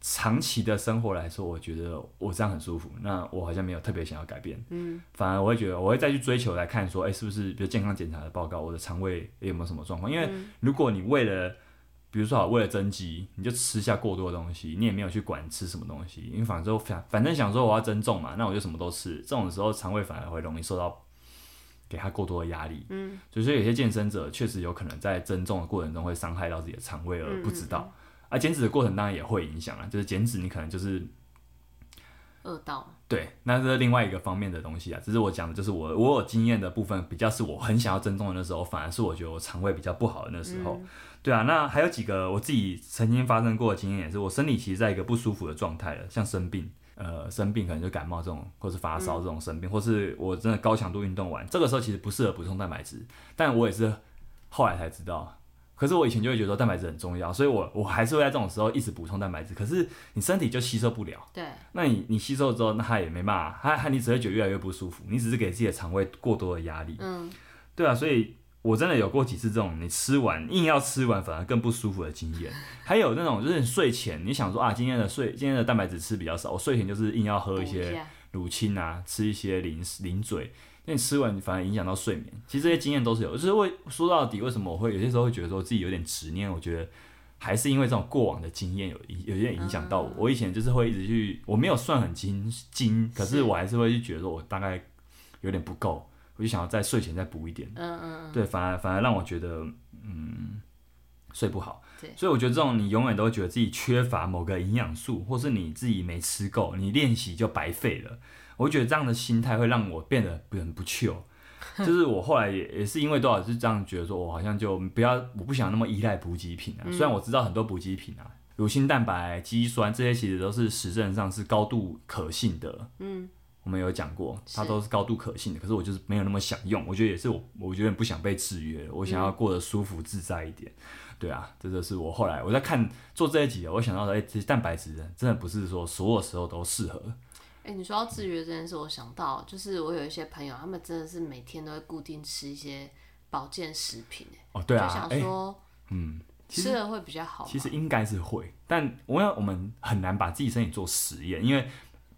[SPEAKER 1] 长期的生活来说，我觉得我这样很舒服。那我好像没有特别想要改变，嗯，反而我会觉得我会再去追求来看说，哎、是不是比如健康检查的报告，我的肠胃有没有什么状况？因为
[SPEAKER 2] 嗯
[SPEAKER 1] 如果你为了比如说好，为了增肌，你就吃下过多的东西，你也没有去管吃什么东西，因为反正反反正想说我要增重嘛，那我就什么都吃。这种时候，肠胃反而会容易受到给它过多的压力。嗯，所以说有些健身者确实有可能在增重的过程中会伤害到自己的肠胃而不知道。啊，减脂的过程当然也会影响啊，就是减脂你可能就是
[SPEAKER 2] 饿到
[SPEAKER 1] 对，那这是另外一个方面的东西啊。只是我讲的就是我我有经验的部分，比较是我很想要增重的那时候，反而是我觉得我肠胃比较不好的那时候。对啊，那还有几个我自己曾经发生过的经验，也是我身体其实在一个不舒服的状态了，像生病。呃，生病可能就感冒这种，或是发烧这种生病，或是我真的高强度运动完，这个时候其实不适合补充蛋白质，但我也是后来才知道。可是我以前就会觉得说蛋白质很重要，所以我我还是会在这种时候一直补充蛋白质，可是你身体就吸收不了。
[SPEAKER 2] 对，
[SPEAKER 1] 那你你吸收之后，那它也没办法，它它你只会觉得越来越不舒服，你只是给自己的肠胃过多的压力，
[SPEAKER 2] 嗯，
[SPEAKER 1] 对啊，所以我真的有过几次这种你吃完硬要吃完反而更不舒服的经验，还有那种就是你睡前你想说啊今天的睡今天的蛋白质吃比较少，我睡前就是硬要喝一
[SPEAKER 2] 补
[SPEAKER 1] 些
[SPEAKER 2] 下
[SPEAKER 1] 乳清啊，吃一些零食零嘴，那你吃完反而影响到睡眠。其实这些经验都是有，就是为说到底，为什么我会有些时候会觉得说自己有点执念？我觉得还是因为这种过往的经验有影有些影响到我。我以前就是会一直去，我没有算很精精，可
[SPEAKER 2] 嗯是
[SPEAKER 1] 是我还是会去觉得说哦我大概有点不够，我就想要在睡前再补一点。
[SPEAKER 2] 嗯嗯
[SPEAKER 1] 对，反而反而让我觉得，嗯，睡不好
[SPEAKER 2] 对。
[SPEAKER 1] 所以我觉得这种你永远都会觉得自己缺乏某个营养素，或是你自己没吃够，你练习就白费了。我觉得这样的心态会让我变得很不糗。就是我后来也 <laughs> 也是因为多少是这样觉得，说我好像就不要，我不想那么依赖补给品啊。
[SPEAKER 2] 嗯
[SPEAKER 1] 虽然我知道很多补给品啊，乳清蛋白、肌酸这些其实都是实证上是高度可信的。嗯，我们有讲过，它
[SPEAKER 2] 是
[SPEAKER 1] 都是高度可信的。可是我就是没有那么想用，我觉得也是我，我觉得不想被制约，我想要过得舒服自在一点。对啊，这就是我后来我在看做这一集，我想到的，哎、其实蛋白质真的不是说所有时候都适合。
[SPEAKER 2] 哎、你说到制约这件事，我想到就是我有一些朋友，他们真的是每天都会固定吃一些保健食品、欸，
[SPEAKER 1] 哦，对
[SPEAKER 2] 就
[SPEAKER 1] 啊，哎、
[SPEAKER 2] 想说、
[SPEAKER 1] 嗯，其
[SPEAKER 2] 吃了会比较好嘛。
[SPEAKER 1] 其实应该是会，但我要我们很难把自己身体做实验，因为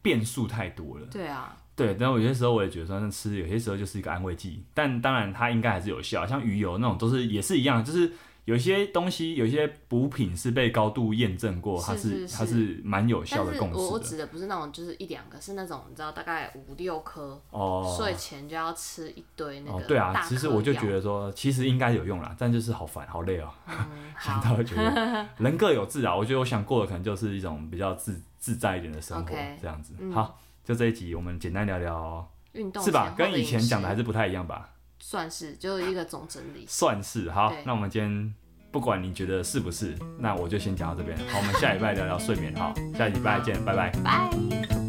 [SPEAKER 1] 变数太多了。
[SPEAKER 2] 对啊，
[SPEAKER 1] 对，但我有些时候我也觉得说，那吃有些时候就是一个安慰剂，但当然它应该还是有效，像鱼油那种都是也是一样，就是有些东西有些补品是被高度验证过，它
[SPEAKER 2] 是是是
[SPEAKER 1] 它是蛮有效
[SPEAKER 2] 但
[SPEAKER 1] 的
[SPEAKER 2] 是
[SPEAKER 1] 共
[SPEAKER 2] 我我
[SPEAKER 1] 识的。
[SPEAKER 2] 指的不是那种就是一两个，是那种你知道大概五六颗，
[SPEAKER 1] 哦，
[SPEAKER 2] 睡前就要吃一堆那个、
[SPEAKER 1] 哦，对啊，其实我就觉，得说，其实应该有用啦，但就是好烦，好累哦、
[SPEAKER 2] 嗯、
[SPEAKER 1] <laughs> 想
[SPEAKER 2] 好
[SPEAKER 1] 到会觉得人各有志啊。我觉得我想过的可能就是一种比较自自在一点的生活
[SPEAKER 2] OK，
[SPEAKER 1] 这样子。
[SPEAKER 2] 嗯
[SPEAKER 1] 好，就这一集我们简单聊聊，
[SPEAKER 2] 运动
[SPEAKER 1] 是吧？
[SPEAKER 2] 前后
[SPEAKER 1] 跟以前
[SPEAKER 2] 饮食
[SPEAKER 1] 讲的还是不太一样吧？
[SPEAKER 2] 算是就是一个总整理。
[SPEAKER 1] 算是好
[SPEAKER 2] 对。
[SPEAKER 1] 那我们今天不管你觉得是不是，那我就先讲到这边。好，我们下礼拜聊聊睡眠。好，下礼拜见，拜拜。
[SPEAKER 2] 拜。